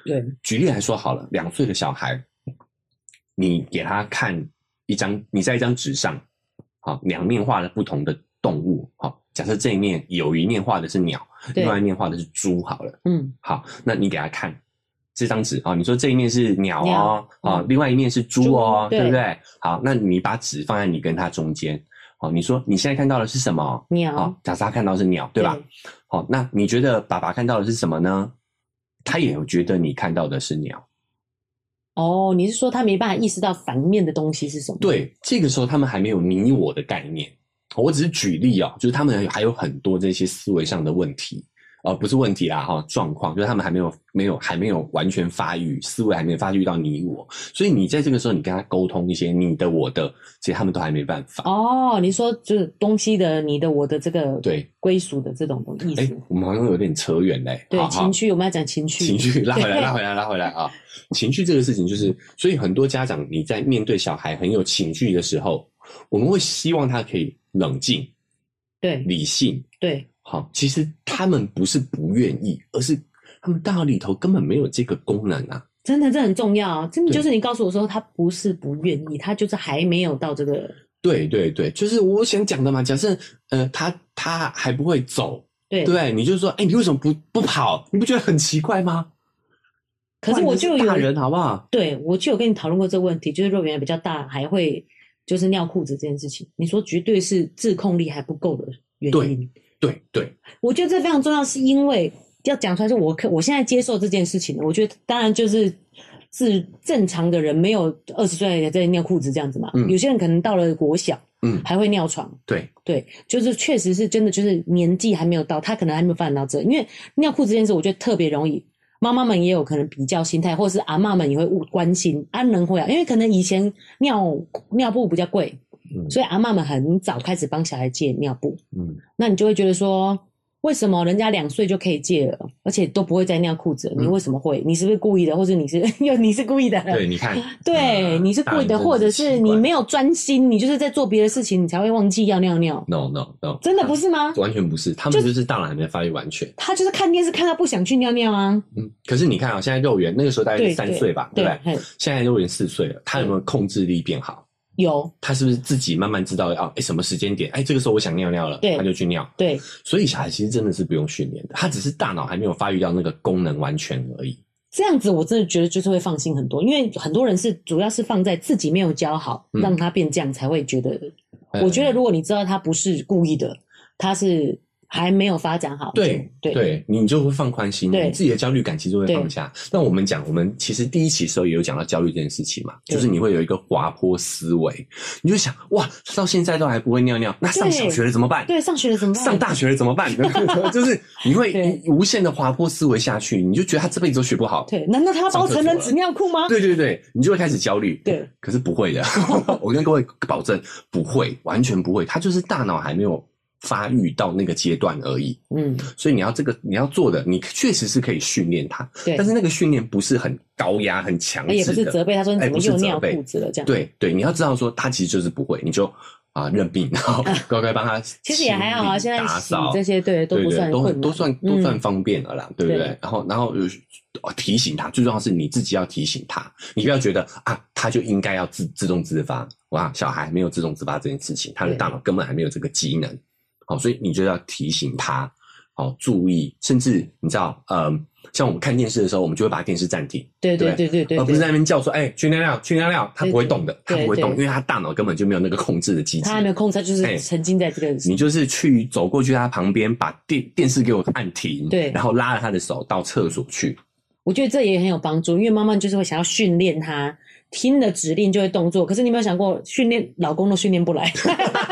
S1: 对
S2: 举例来说好了，两岁的小孩，你给他看一张，你在一张纸上，好，两面画了不同的动物，好，假设这一面有一面画的是鸟，另外一
S1: 对，
S2: 面画的是猪，好了，
S1: 嗯，
S2: 好，那你给他看这张纸啊，你说这一面是鸟哦
S1: 鸟，嗯
S2: 啊，另外一面是猪哦，
S1: 猪
S2: 对不
S1: 对
S2: 对？好，那你把纸放在你跟他中间，好，你说你现在看到的是什么？好
S1: 鸟，
S2: 假设他看到的是鸟，哦对吧？好，那你觉得爸爸看到的是什么呢？他也有觉得你看到的是鸟。
S1: 哦，你是说他没办法意识到反面的东西是什么？
S2: 对，这个时候他们还没有你我的概念。我只是举例哦，就是他们还有很多这些思维上的问题，呃，不是问题啦哈、状况就是他们还没有没有还没有完全发育，思维还没有发育到你我，所以你在这个时候你跟他沟通一些你的我的，其实他们都还没办法。
S1: 哦，你说就是东西的、你的、我的这个
S2: 对，
S1: 归属的这种意
S2: 哎、
S1: 思。
S2: 我们好像有点扯远嘞、
S1: 对
S2: 好好
S1: 情绪，我们要讲情绪。
S2: 情绪拉回来，
S1: 对
S2: 拉回来，拉回来 啊！情绪这个事情，就是所以很多家长你在面对小孩很有情绪的时候，我们会希望他可以冷静、
S1: 对
S2: 理性。
S1: 对
S2: 好，其实他们不是不愿意，而是他们大脑里头根本没有这个功能啊。
S1: 真的这很重要，啊真的
S2: 对
S1: 就是你告诉我说他不是不愿意，他就是还没有到这个
S2: 对对对，就是我想讲的嘛。假设呃，他他还不会走，
S1: 对。
S2: 对，你就说，哎、你为什么不不跑？你不觉得很奇怪吗？
S1: 可是我就
S2: 换
S1: 有
S2: 个人好不好？
S1: 对我就有跟你讨论过这个问题，就是肉圆比较大还会就是尿裤子这件事情，你说绝对是自控力还不够的原
S2: 对
S1: 因。
S2: 对对，
S1: 我觉得这非常重要，是因为要讲出来，是我可我现在接受这件事情了。我觉得当然就是是正常的人，没有二十岁还在尿裤子这样子嘛。
S2: 嗯
S1: 有些人可能到了国小
S2: 嗯，
S1: 还会尿床，
S2: 对，
S1: 对，就是确实是真的，就是年纪还没有到，他可能还没有发展到这，因为尿裤这件事，我觉得特别容易。妈妈们也有可能比较心态，或者是阿嬷们也会误关心安能会啊，因为可能以前尿尿布比较贵，
S2: 嗯
S1: 所以阿嬷们很早开始帮小孩借尿布，
S2: 嗯，
S1: 那你就会觉得说，为什么人家两岁就可以戒了，而且都不会再尿裤子了，你
S2: 嗯
S1: 为什么会？你是不是故意的，或者你是 又你是故意的？
S2: 对，你看，
S1: 呃 对，
S2: 嗯
S1: 你是故意的，或者是你没有专心，你就是在做别的事情，你才会忘记要尿尿，
S2: no no no，
S1: 真的不是吗？
S2: 完全不是，他们就是大脑还没发育完全。
S1: 他就是看电视看到不想去尿尿啊，
S2: 嗯，可是你看啊、现在肉圆那个时候大概
S1: 对
S2: 是三岁吧，对
S1: 对
S2: 不对？，
S1: 嘿
S2: 现在肉圆四岁了，他有没有控制力变好？
S1: 有
S2: 他是不是自己慢慢知道啊？哎，什么时间点？哎，这个时候我想尿尿了，
S1: 对
S2: 他就去尿。
S1: 对
S2: 所以小孩其实真的是不用训练的，他只是大脑还没有发育到那个功能完全而已。
S1: 这样子，我真的觉得就是会放心很多，因为很多人是主要是放在自己没有教好，
S2: 嗯
S1: 让他变这样才会觉得。
S2: 嗯
S1: 我觉得如果你知道他不是故意的，他是还没有发展好，
S2: 对
S1: 对
S2: 对，你就会放宽心，
S1: 对
S2: 你自己的焦虑感其实会
S1: 对
S2: 放下。那我们讲，我们其实第一期的时候也有讲到焦虑这件事情嘛，
S1: 对
S2: 就是你会有一个滑坡思维，你就想哇，到现在都还不会尿尿，那上
S1: 对
S2: 小学了怎么办？
S1: 对，上学了怎么办？
S2: 上大学了怎 么办？就是你会
S1: 对
S2: 无限的滑坡思维下去，你就觉得他这辈子都学不好。
S1: 对，难道他要包成人纸尿裤 吗？
S2: 对对对，你就会开始焦虑。
S1: 对，
S2: 可是不会的，我跟各位保证不会，完全不会。他就是大脑还没有发育到那个阶段而已。
S1: 嗯，
S2: 所以你要这个你要做的，你确实是可以训练他，
S1: 对
S2: 但，是那个训练不是很高压、很强
S1: 也不
S2: 制
S1: 是
S2: 的。
S1: 责备他说你
S2: 哎
S1: 怎么
S2: 不是
S1: 又
S2: 责
S1: 尿
S2: 备
S1: 裤子了这样。
S2: 对对，你要知道说他其实就是不会，你就啊、认病，然后乖乖帮他清理。
S1: 其实也还好啊，现在
S2: 打
S1: 洗
S2: 扫
S1: 这些对都
S2: 对
S1: 不
S2: 对
S1: 算
S2: 都
S1: 困
S2: 很
S1: 难，
S2: 都算都算
S1: 嗯
S2: 方便了啦，对不
S1: 对
S2: 对？然后然后就是哦提醒他，最重要是你自己要提醒他，你不要觉得啊，他就应该要自自动自发。哇，小孩没有自动自发这件事情，他的
S1: 对
S2: 大脑根本还没有这个机能。好、所以你就要提醒他，好、注意，甚至你知道，嗯、像我们看电视的时候，我们就会把电视暂停，
S1: 对对对对对，
S2: 而不是
S1: 对
S2: 在那边叫说，哎、去尿尿，去尿尿，他不会动的，他
S1: 对
S2: 不会动，
S1: 对
S2: 因为他大脑根本就没有那个控制的机制
S1: 他还。没有控制，他就
S2: 哎
S1: 是沉浸在这个
S2: 你就是去走过去他旁边，把电电视给我按停，
S1: 对
S2: 然后拉着他的手到厕所去。
S1: 我觉得这也很有帮助，因为妈妈就是会想要训练他听了指令就会动作，可是你有没有想过训练老公都训练不来？
S2: 啊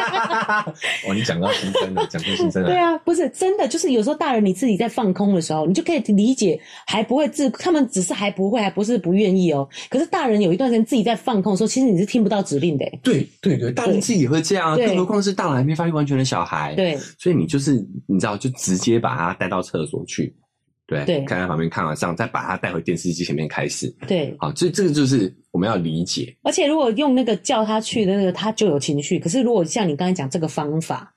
S2: 哦，你讲到心声了，讲到心声
S1: 对，啊，不是真的，就是有时候大人你自己在放空的时候，你就可以理解，还不会自，他们只是还不会，还不是不愿意哦。可是大人有一段时间自己在放空的时候，其实你是听不到指令的欸，
S2: 对对对，大人自己也会这样啊，
S1: 对
S2: 更何况是大脑还没发育完全的小孩。，
S1: 对
S2: 所以你就是你知道，就直接把他带到厕所去，对，
S1: 对
S2: 看他旁边看完上，再把他带回电视机前面开始。
S1: 对。
S2: 好，这这个就是我们要理解，
S1: 而且如果用那个叫他去的那个，他就有情绪。可是如果像你刚才讲这个方法，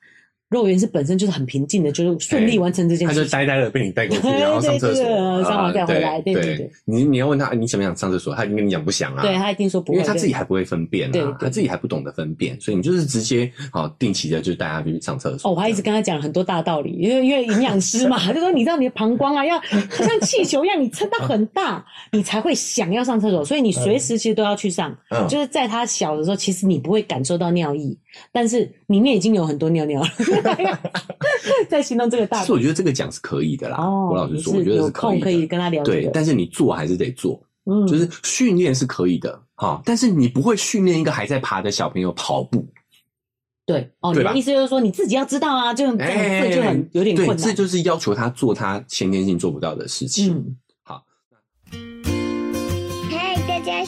S1: 肉圆是本身就是很平静的，就是顺利
S2: 哎
S1: 完成这件
S2: 他
S1: 事
S2: 就
S1: 情。
S2: 呆呆的被你带过去，
S1: 对
S2: 然后上厕所，
S1: 对对
S2: 啊
S1: 上完再回来对
S2: 对
S1: 对对
S2: 你你要问他你想不想上厕所，他已经跟你讲不想啊。
S1: 对他一定说不
S2: 因
S1: 会，
S2: 为他
S1: 对
S2: 自己还不会分辨
S1: 对
S2: 啊
S1: 对，
S2: 他自己还不懂得分辨，所以你就是直接好定期的就带他去上厕所。
S1: 哦，我还一直跟他讲很多大道理，因为因为营养师嘛，他就说你知道你的膀胱啊，要好像气球一样，你撑到很大，你才会想要上厕所，所以你随时其实都要去上。
S2: 嗯
S1: 就是在他小的时候，其实你不会感受到尿意，但是里面已经有很多尿 尿了。在形容这个大
S2: 其实我觉得这个讲是可以的啦。
S1: 哦，
S2: 我老实说，
S1: 就
S2: 我觉得
S1: 有
S2: 是可
S1: 空可以
S2: 以的。
S1: 跟他聊这
S2: 对，
S1: 个，
S2: 但是你做还是得做，
S1: 嗯，
S2: 就是训练是可以的，哈，但是你不会训练一个还在爬的小朋友跑步，
S1: 对哦，你
S2: 对吧哎
S1: 的意思就是说你自己要知道啊，这种这种事就很有点
S2: 对，
S1: 困
S2: 这
S1: 难。
S2: 就是要求他做他先天性做不到的事情。
S1: 嗯，
S3: 嗨，大家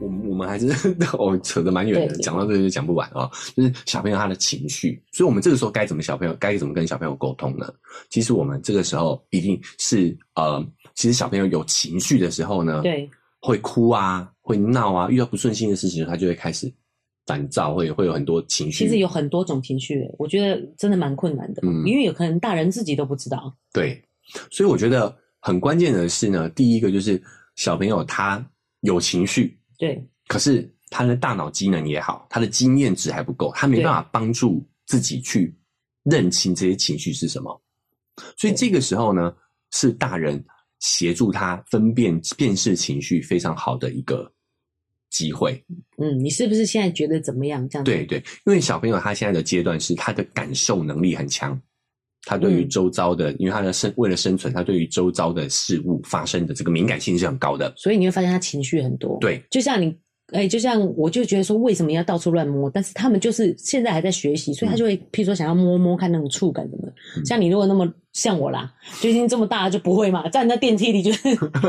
S2: 我们我们还是 我扯得蛮远的，
S1: 对
S2: 讲到这里就讲不完啊、就是小朋友他的情绪，所以我们这个时候该怎么小朋友该怎么跟小朋友沟通呢？其实我们这个时候一定是呃，其实小朋友有情绪的时候呢，
S1: 对，
S2: 会哭啊，会闹啊，遇到不顺心的事情，他就会开始烦躁，会会有很多情绪。
S1: 其实有很多种情绪，我觉得真的蛮困难的，
S2: 嗯
S1: 因为有可能大人自己都不知道。
S2: 对，所以我觉得很关键的是呢，第一个就是小朋友他有情绪，
S1: 对
S2: 可是他的大脑机能也好，他的经验值还不够，他没
S1: 对
S2: 办法帮助自己去认清这些情绪是什么。所以这个时候呢，是大人协助他分辨辨识情绪非常好的一个机会。
S1: 嗯，你是不是现在觉得怎么样？这样子
S2: 对对，因为小朋友他现在的阶段是他的感受能力很强，他对于
S1: 嗯
S2: 周遭的，因为他的生为了生存，他对于周遭的事物发生的这个敏感性是很高的。
S1: 所以你会发现他情绪很多。，
S2: 对
S1: 就像你。哎、就像我就觉得说，为什么要到处乱摸？但是他们就是现在还在学习，所以他就会，譬如说想要摸摸看那种触感什么的。
S2: 嗯
S1: 像你如果那么像我啦，就已经这么大了就不会嘛，站在电梯里就是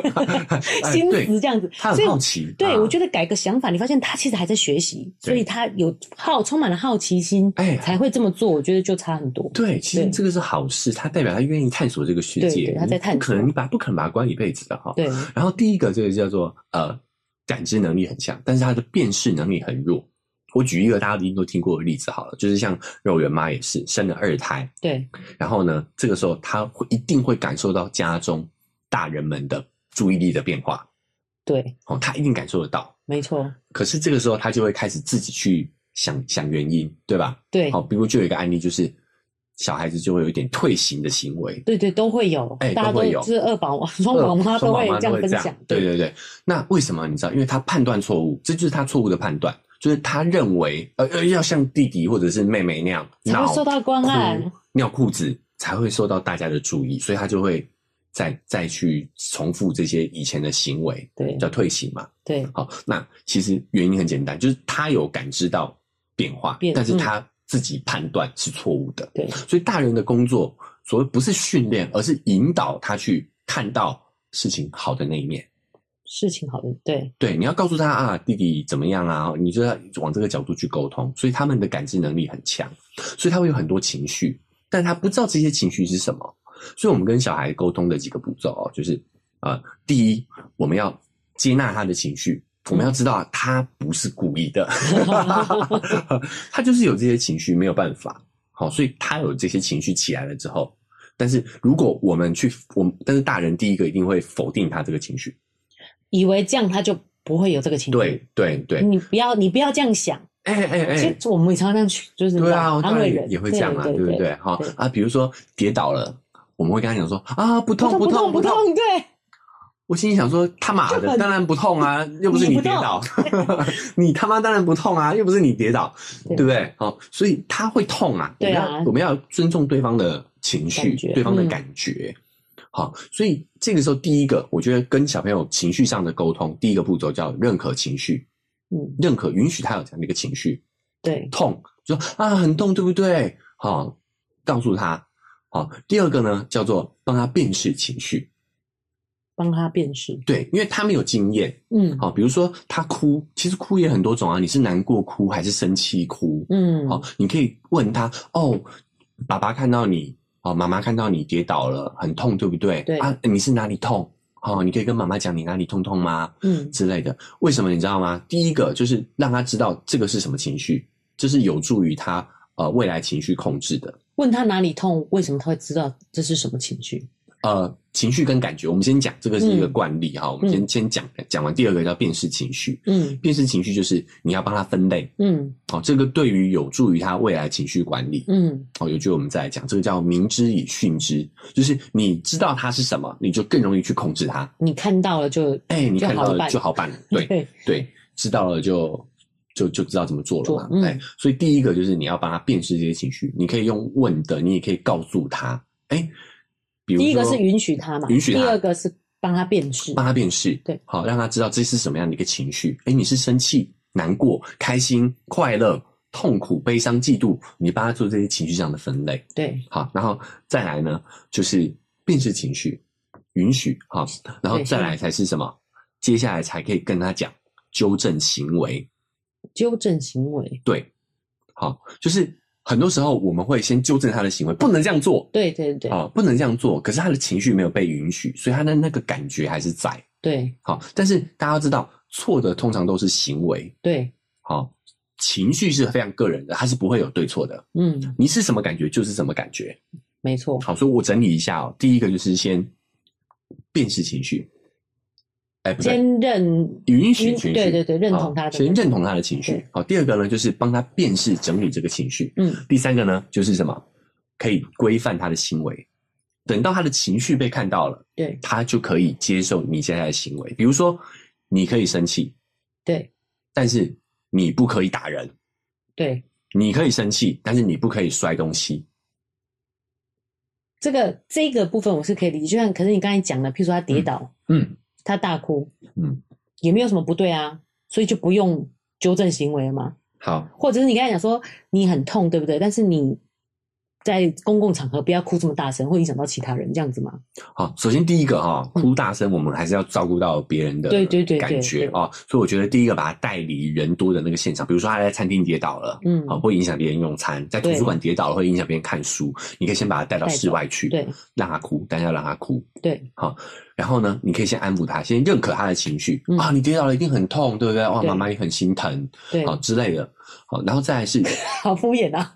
S1: 心
S2: 哎对
S1: 死这样子。
S2: 他
S1: 所
S2: 很
S1: 以
S2: 好奇，啊
S1: 对，我
S2: 得
S1: 觉得改个想法，你发现他其实还在学习，
S2: 对
S1: 所以他有好充满了好奇心，
S2: 哎
S1: 才会这么做。我觉得就差很多。
S2: 对，其实
S1: 对
S2: 这个是好事，他代表他愿意探索这个世
S1: 对
S2: 界，
S1: 对他在
S2: 你
S1: 探
S2: 不可
S1: 索
S2: 能你把不可能把他关一辈子的哈。
S1: 对
S2: 然后第一个这个叫做呃感知能力很强，但是他的辨识能力很弱。我举一个大家一定都听过的例子好了，就是像肉圆妈也是生了二胎，
S1: 对
S2: 然后呢，这个时候他会一定会感受到家中大人们的注意力的变化，
S1: 对，
S2: 哦，他一定感受得到。
S1: 没错，
S2: 可是这个时候他就会开始自己去想想原因，对吧？
S1: 对
S2: 好、比如就有一个案例，就是小孩子就会有一点退行的行为，呃
S1: 对对都会有，
S2: 哎
S1: 大家
S2: 都会有
S1: 就是二宝双宝妈
S2: 双
S1: 啊都会
S2: 宝妈
S1: 这
S2: 啊
S1: 样
S2: 都会
S1: 分
S2: 这
S1: 享
S2: 样，。对对对。那为什么你知道？因为他判断错误，这就是他错误的判断，就是他认为呃呃要像弟弟或者是妹妹那样
S1: 才会
S2: 闹
S1: 受到关爱
S2: 哭尿裤子才会受到大家的注意，所以他就会再再去重复这些以前的行为，
S1: 对
S2: 叫退行嘛。
S1: 对
S2: 好，那其实原因很简单，就是他有感知到变化，
S1: 变嗯
S2: 但是他自己判断是错误的。
S1: 对
S2: 所以大人的工作，所谓不是训练，而是引导他去看到事情好的那一面。
S1: 事情好的对
S2: 对，你要告诉他啊，弟弟怎么样啊，你就要往这个角度去沟通。所以他们的感知能力很强，所以他会有很多情绪，但他不知道这些情绪是什么。所以我们跟小孩沟通的几个步骤哦，就是呃，第一，我们要接纳他的情绪。我们要知道啊他不是故意的，他就是有这些情绪，没有办法。好，所以他有这些情绪起来了之后，但是如果我们去，我们但是大人第一个一定会否定他这个情绪。
S1: 以为这样他就不会有这个情绪。
S2: 对对对，
S1: 你不要你不要这样想。
S2: 哎哎哎，
S1: 其实我们也常常这样去，就是
S2: 对啊，
S1: 安
S2: 当
S1: 慰
S2: 然
S1: 人
S2: 也会这样嘛，
S1: 对
S2: 对不
S1: 对
S2: 对？？哈
S1: 对
S2: 啊，比如说跌倒了，我们会跟他讲说啊，不痛
S1: 不
S2: 痛
S1: 不
S2: 痛。
S1: 痛，对，
S2: 我心里想说他妈
S1: 就
S2: 的，
S1: 很
S2: 当然不痛啊，又不是
S1: 你
S2: 你
S1: 不
S2: 跌 倒， 你他妈当然不痛啊，又不是你跌倒，
S1: 对
S2: 对不对？好，所以他会痛啊，
S1: 对啊
S2: 我们要我们要尊重对方的情绪
S1: 感觉，
S2: 对方的
S1: 嗯
S2: 感觉。好，所以这个时候，第一个，我觉得跟小朋友情绪上的沟通，第一个步骤叫认可情绪，
S1: 嗯，
S2: 认可允许他有这样的一个情绪，
S1: 对，
S2: 痛，就说啊很痛，对不对？好、告诉他。好、第二个呢叫做帮他辨识情绪，
S1: 帮他辨识，
S2: 对，因为他没有经验。
S1: 嗯
S2: 好、比如说他哭，其实哭也很多种啊，你是难过哭还是生气哭？
S1: 嗯，
S2: 好、你可以问他哦，爸爸看到你，哦，妈妈看到你跌倒了，很痛，对不对？
S1: 对
S2: 啊，你是哪里痛？哦，你可以跟妈妈讲你哪里痛痛吗？
S1: 嗯，
S2: 之类的。为什么你知道吗？第一个就是让他知道这个是什么情绪，这是有助于他呃未来情绪控制的。
S1: 问他哪里痛，为什么他会知道这是什么情绪？
S2: 呃，情绪跟感觉，我们先讲这个是一个
S1: 嗯
S2: 惯例哈、我们先先讲讲完第二个叫辨识情绪。
S1: 嗯
S2: 辨识情绪就是你要帮他分类
S1: 嗯
S2: 哦，这个对于有助于他未来情绪管理
S1: 嗯，
S2: 哦。有句我们再来讲，这个叫明知以训之，就是你知道它是什么，你就更容易去控制它。
S1: 你看到了就
S2: 哎、你
S1: 就
S2: 看
S1: 好
S2: 到了
S1: 办
S2: 就 好办了，对，对，知道了就就就知道怎么做了嘛。
S1: 做嗯
S2: 哎，所以第一个就是你要帮他辨识这些情绪，你可以用问的，你也可以告诉他，哎，比如
S1: 第一个
S2: 说
S1: 是允许他嘛，
S2: 允许他
S1: 第二个是帮他辨识，
S2: 帮他辨识，
S1: 对，
S2: 好让他知道这是什么样的一个情绪。哎，你是生气、难过、开心、快乐、痛苦、悲伤、嫉妒，你帮他做这些情绪上的分类。
S1: 对
S2: 好，然后再来呢，就是辨识情绪，允许好，然后
S1: 对
S2: 再
S1: 是
S2: 来才是什么？接下来才可以跟他讲纠正行为，
S1: 纠正行为，
S2: 对，好，就是很多时候我们会先纠正他的行为，不能这样做
S1: 对对对
S2: 啊、不能这样做。可是他的情绪没有被允许，所以他的那个感觉还是在。
S1: 对
S2: 好，但是大家要知道，错的通常都是行为。
S1: 对，
S2: 好，情绪是非常个人的，它是不会有对错的。
S1: 嗯，
S2: 你是什么感觉就是什么感觉。
S1: 没错，
S2: 好，所以我整理一下哦，第一个就是先辨识情绪，哎，不对，
S1: 坚韧
S2: 允许
S1: 嗯
S2: 情绪，
S1: 对对对，认同他
S2: 好
S1: 的，
S2: 先认同他的情绪
S1: 对。
S2: 好，第二个呢，就是帮他辨识整理这个情绪。
S1: 嗯，
S2: 第三个呢，就是什么？可以规范他的行为。等到他的情绪被看到了，
S1: 对
S2: 他就可以接受你现在的行为。比如说，你可以生气，
S1: 对
S2: 但是你不可以打人；
S1: 对，
S2: 你可以生气，但是你不可以摔东西。
S1: 这个这个部分我是可以理解，就像可是你刚才讲的，譬如说他跌倒，
S2: 嗯，
S1: 他大哭，
S2: 嗯，
S1: 也没有什么不对啊，所以就不用纠正行为了嘛。
S2: 好，
S1: 或者是你刚才讲说你很痛，对不对？但是你在公共场合不要哭这么大声，会影响到其他人，这样子嘛？
S2: 好。首先第一个哈、
S1: 嗯
S2: 哭大声，我们还是要照顾到别人的
S1: 对对对对
S2: 感
S1: 对
S2: 觉啊、所以我觉得第一个把他带离人多的那个现场，比如说他在餐厅跌倒了。
S1: 嗯，
S2: 好，会影响别人用餐。在图
S1: 对
S2: 书馆跌倒了，会影响别人看书。你可以先把他带到
S1: 带
S2: 室
S1: 走
S2: 外去，
S1: 对
S2: 让他哭，但要让他哭。
S1: 对
S2: 然后呢，你可以先安抚他，先认可他的情绪、
S1: 嗯
S2: 啊，你跌倒了一定很痛，对不对？哇，
S1: 对
S2: 妈妈也很心疼
S1: 对，
S2: 啊之类的。好，然后再来是，
S1: 好敷衍啊！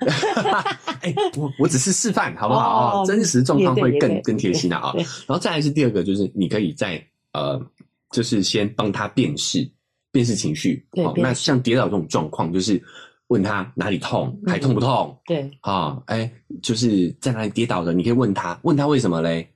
S2: 哎、我我只是示范，好不好？
S1: 哦
S2: 哦、真实状况
S1: 也对
S2: 会
S1: 也
S2: 更
S1: 对
S2: 更贴心的啊。
S1: 对
S2: 然后再来是第二个，就是你可以在呃，就是先帮他辨识辨识情绪。
S1: 对
S2: 好
S1: 辨识
S2: 那像跌倒这种状况，就是问他哪里痛，
S1: 嗯
S2: 还痛不痛？
S1: 对
S2: 啊，哎，就是在哪里跌倒的，你可以问他，问他为什么嘞？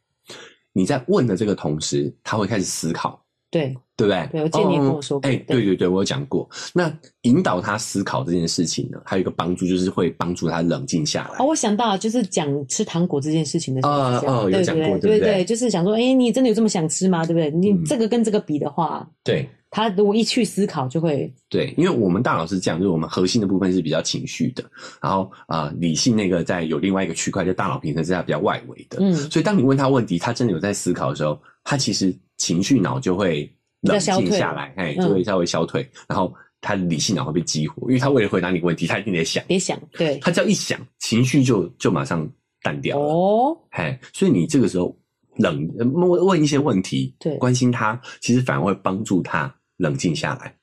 S2: 你在问的这个同时，他会开始思考，
S1: 对
S2: 对不对？
S1: 对我记得你也跟我
S2: 哦
S1: 说过
S2: 哎、
S1: 对
S2: 对对对，我有讲过。那引导他思考这件事情呢，还有一个帮助就是会帮助他冷静下来。
S1: 哦，我想到了就是讲吃糖果这件事情的时候
S2: 啊
S1: 是这样，
S2: 啊有
S1: 对
S2: 讲
S1: 不
S2: 过
S1: 对？
S2: 对不
S1: 对
S2: 对
S1: 对，就是想说，哎，你真的有这么想吃吗？对不对？你
S2: 嗯
S1: 这个跟这个比的话，
S2: 对
S1: 他如果一去思考就会，
S2: 对，因为我们大脑是这样，就是我们核心的部分是比较情绪的，然后啊、呃理性那个在有另外一个区块，就大脑皮层是在比较外围的。
S1: 嗯，
S2: 所以当你问他问题，他真的有在思考的时候，他其实情绪脑就会冷静下来，哎，
S1: 嗯
S2: 就会稍微消退，然后他理性脑会被激活，因为他为了回答你问题，他一定得想，
S1: 别想，对，
S2: 他只要一想，情绪就就马上淡掉了，
S1: 哦，
S2: 哎，所以你这个时候冷呃问问一些问题，
S1: 对
S2: 关心他，其实反而会帮助他冷静下来。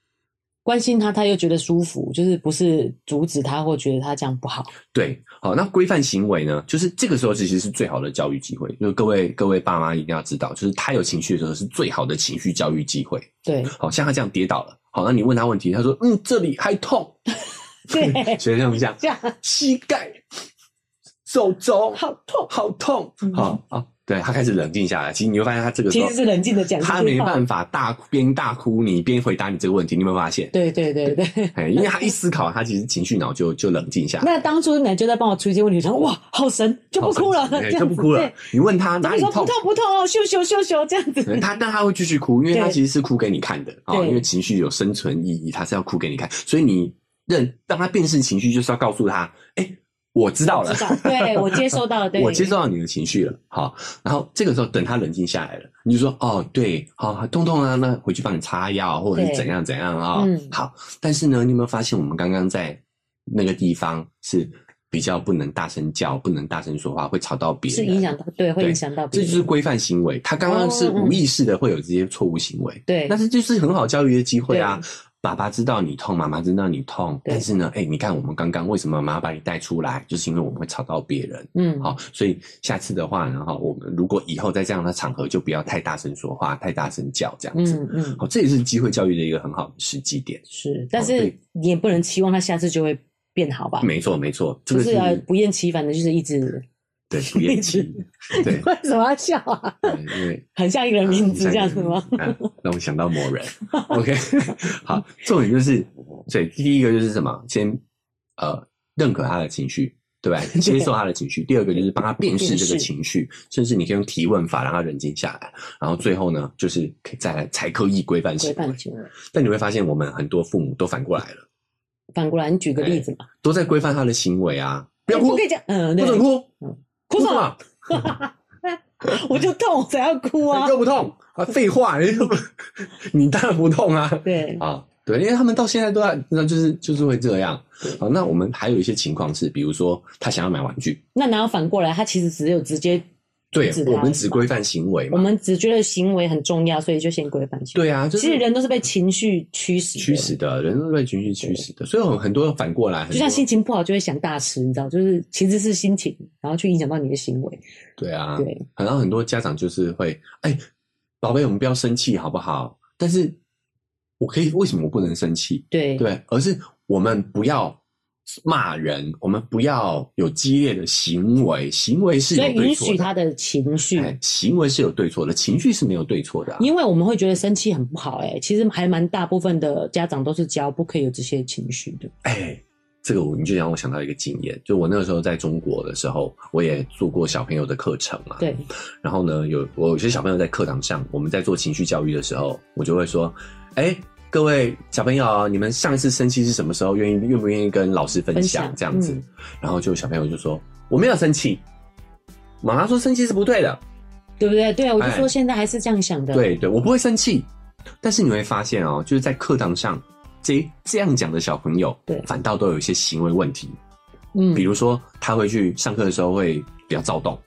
S1: 关心他，他又觉得舒服，就是不是阻止他或觉得他这样不好，
S2: 对，好，那规范行为呢？就是这个时候其实是最好的教育机会，就是各位各位爸妈一定要知道，就是他有情绪的时候是最好的情绪教育机会。
S1: 对
S2: 好像他这样跌倒了，好，那你问他问题，他说嗯，这里还痛，
S1: 对，
S2: 所以像不像
S1: 这样
S2: 膝盖、手肘
S1: 好痛。
S2: 好痛
S1: 嗯，
S2: 好啊，对他开始冷静下来，其实你会发现他这个时
S1: 其
S2: 候
S1: 实是冷静的讲，
S2: 他没办法大哭边大哭你边回答你这个问题，你有没有发现？
S1: 对对对对。
S2: 哎，因为他一思考，他其实情绪脑就就冷静下来，
S1: 那当初奶就在帮我出一些问题，我想哇，好神，就不哭了，
S2: 好神
S1: 这
S2: 奇哎就
S1: 样
S2: 不
S1: 子
S2: 哭了
S1: 对。
S2: 你问他哪
S1: 他
S2: 里
S1: 说
S2: 痛
S1: 不？痛不痛哦，咻咻咻咻这样
S2: 对
S1: 子。
S2: 他但他会继续哭，因为他
S1: 对
S2: 其实是哭给你看的啊、哦
S1: 对
S2: 因为情绪有生存意义，他是要哭给你看，所以你认让他辨识情绪，就是要告诉他，哎、我知道了，
S1: 知道，对我接收到了，对，
S2: 我接受到你的情绪了，好，然后这个时候等他冷静下来了，你就说哦，对，好、痛痛啊，那回去帮你擦药或者是
S1: 对
S2: 怎样怎样啊、
S1: 嗯
S2: 好，但是呢，你有没有发现我们刚刚在那个地方是比较不能大声叫，不能大声说话，会吵到别
S1: 是
S2: 人，
S1: 影响到，对，会
S2: 对
S1: 影响到别
S2: 这
S1: 人，
S2: 就是规范行为，他刚刚是无意识的会有这些错误行为，
S1: 哦嗯对，
S2: 但是就是很好教育的机会啊
S1: 对。
S2: 爸爸知道你痛，妈妈知道你痛，
S1: 对
S2: 但是呢，哎、你看我们刚刚为什么妈妈把你带出来，就是因为我们会吵到别人。
S1: 嗯，
S2: 好，所以下次的话，然后我们如果以后在这样的场合，就不要太大声说话，太大声叫这样子。
S1: 嗯嗯
S2: 好，这也是机会教育的一个很好的时机点。
S1: 是，但
S2: 哦
S1: 是
S2: 对
S1: 你也不能期望他下次就会变好吧？
S2: 没错，没错，这
S1: 就
S2: 个
S1: 是
S2: 是
S1: 要不厌其烦的，就是一直。
S2: 对 不厌其对
S1: 为什么要笑啊？
S2: 对，因为
S1: 很像一个人名字
S2: 啊
S1: 这样子吗？？
S2: 啊让我想到某人。OK，好， 重点就是，所以第一个就是什么？先呃认可他的情绪，对吧？接受他的情绪。第二个就是帮他辨识这个
S1: 辨识
S2: 情绪，甚至你可以用提问法让他冷静下来。然后最后呢，就是可以再来才刻意规范
S1: 规
S2: 行为
S1: 范。行为。
S2: 但你会发现，我们很多父母都反过来了，
S1: 反过来，你举个例子嘛？
S2: 都在规范他的行为啊，哎不要
S1: 哎
S2: 哭，
S1: 可以讲，嗯，
S2: 不
S1: 对，
S2: 准哭，
S1: 哭什
S2: 什
S1: 么？
S2: 么？
S1: 我就痛，我才要哭啊
S2: 又！不痛啊？废话，你又不 你当然不痛啊。
S1: 对，
S2: 啊，对，因为他们到现在都在，那就是就是会这样
S1: 对。
S2: 好，那我们还有一些情况是，比如说他想要买玩具，
S1: 那哪有反过来？他其实只有直接，
S2: 对
S1: 制，
S2: 我
S1: 他
S2: 们
S1: 嘛
S2: 只规范行为
S1: 我
S2: 嘛，
S1: 们只觉得行为很重要，所以就先规范行为。
S2: 对啊，就
S1: 其实
S2: 是
S1: 人都是被情绪驱使的，
S2: 驱使的，人都被情绪驱使的，所以我们很多反过来，很
S1: 就像
S2: 多
S1: 心情不好就会想大吃，你知道，就是其实是心情，然后去影响到你的行为。
S2: 对啊，
S1: 对，
S2: 然后很多家长就是会，哎，宝贝，我们不要生气好不好？但是我可以，为什么我不能生气？
S1: 对，
S2: 对，而是我们不要骂人，我们不要有激烈的行为，行为是有
S1: 所以
S2: 对
S1: 允
S2: 错
S1: 许
S2: 的。
S1: 他的情绪，
S2: 哎，行为是有对错的，情绪是没有对错的、啊。
S1: 因为我们会觉得生气很不好、哎，其实还蛮大部分的家长都是教不可以有这些情绪的。
S2: 哎，这个我你就让我想到一个经验，就我那个时候在中国的时候，我也做过小朋友的课程嘛。。
S1: 对，
S2: 然后呢，有我有些小朋友在课堂上，我们在做情绪教育的时候，我就会说，哎。各位小朋友，啊你们上一次生气是什么时候？愿意愿不愿意跟老师分
S1: 分
S2: 享
S1: 享
S2: 这样子？
S1: 嗯
S2: 然后就小朋友就说我没有生气，妈妈说生气是不对的，
S1: 对不对？对啊，我就
S2: 哎
S1: 说现在还是这样想的。，
S2: 对对，我不会生气。但是你会发现哦，就是在课堂上，这这样讲的小朋友，
S1: 对
S2: 反倒都有一些行为问题，
S1: 嗯
S2: 比，如说他会去上课的时候会比较躁动，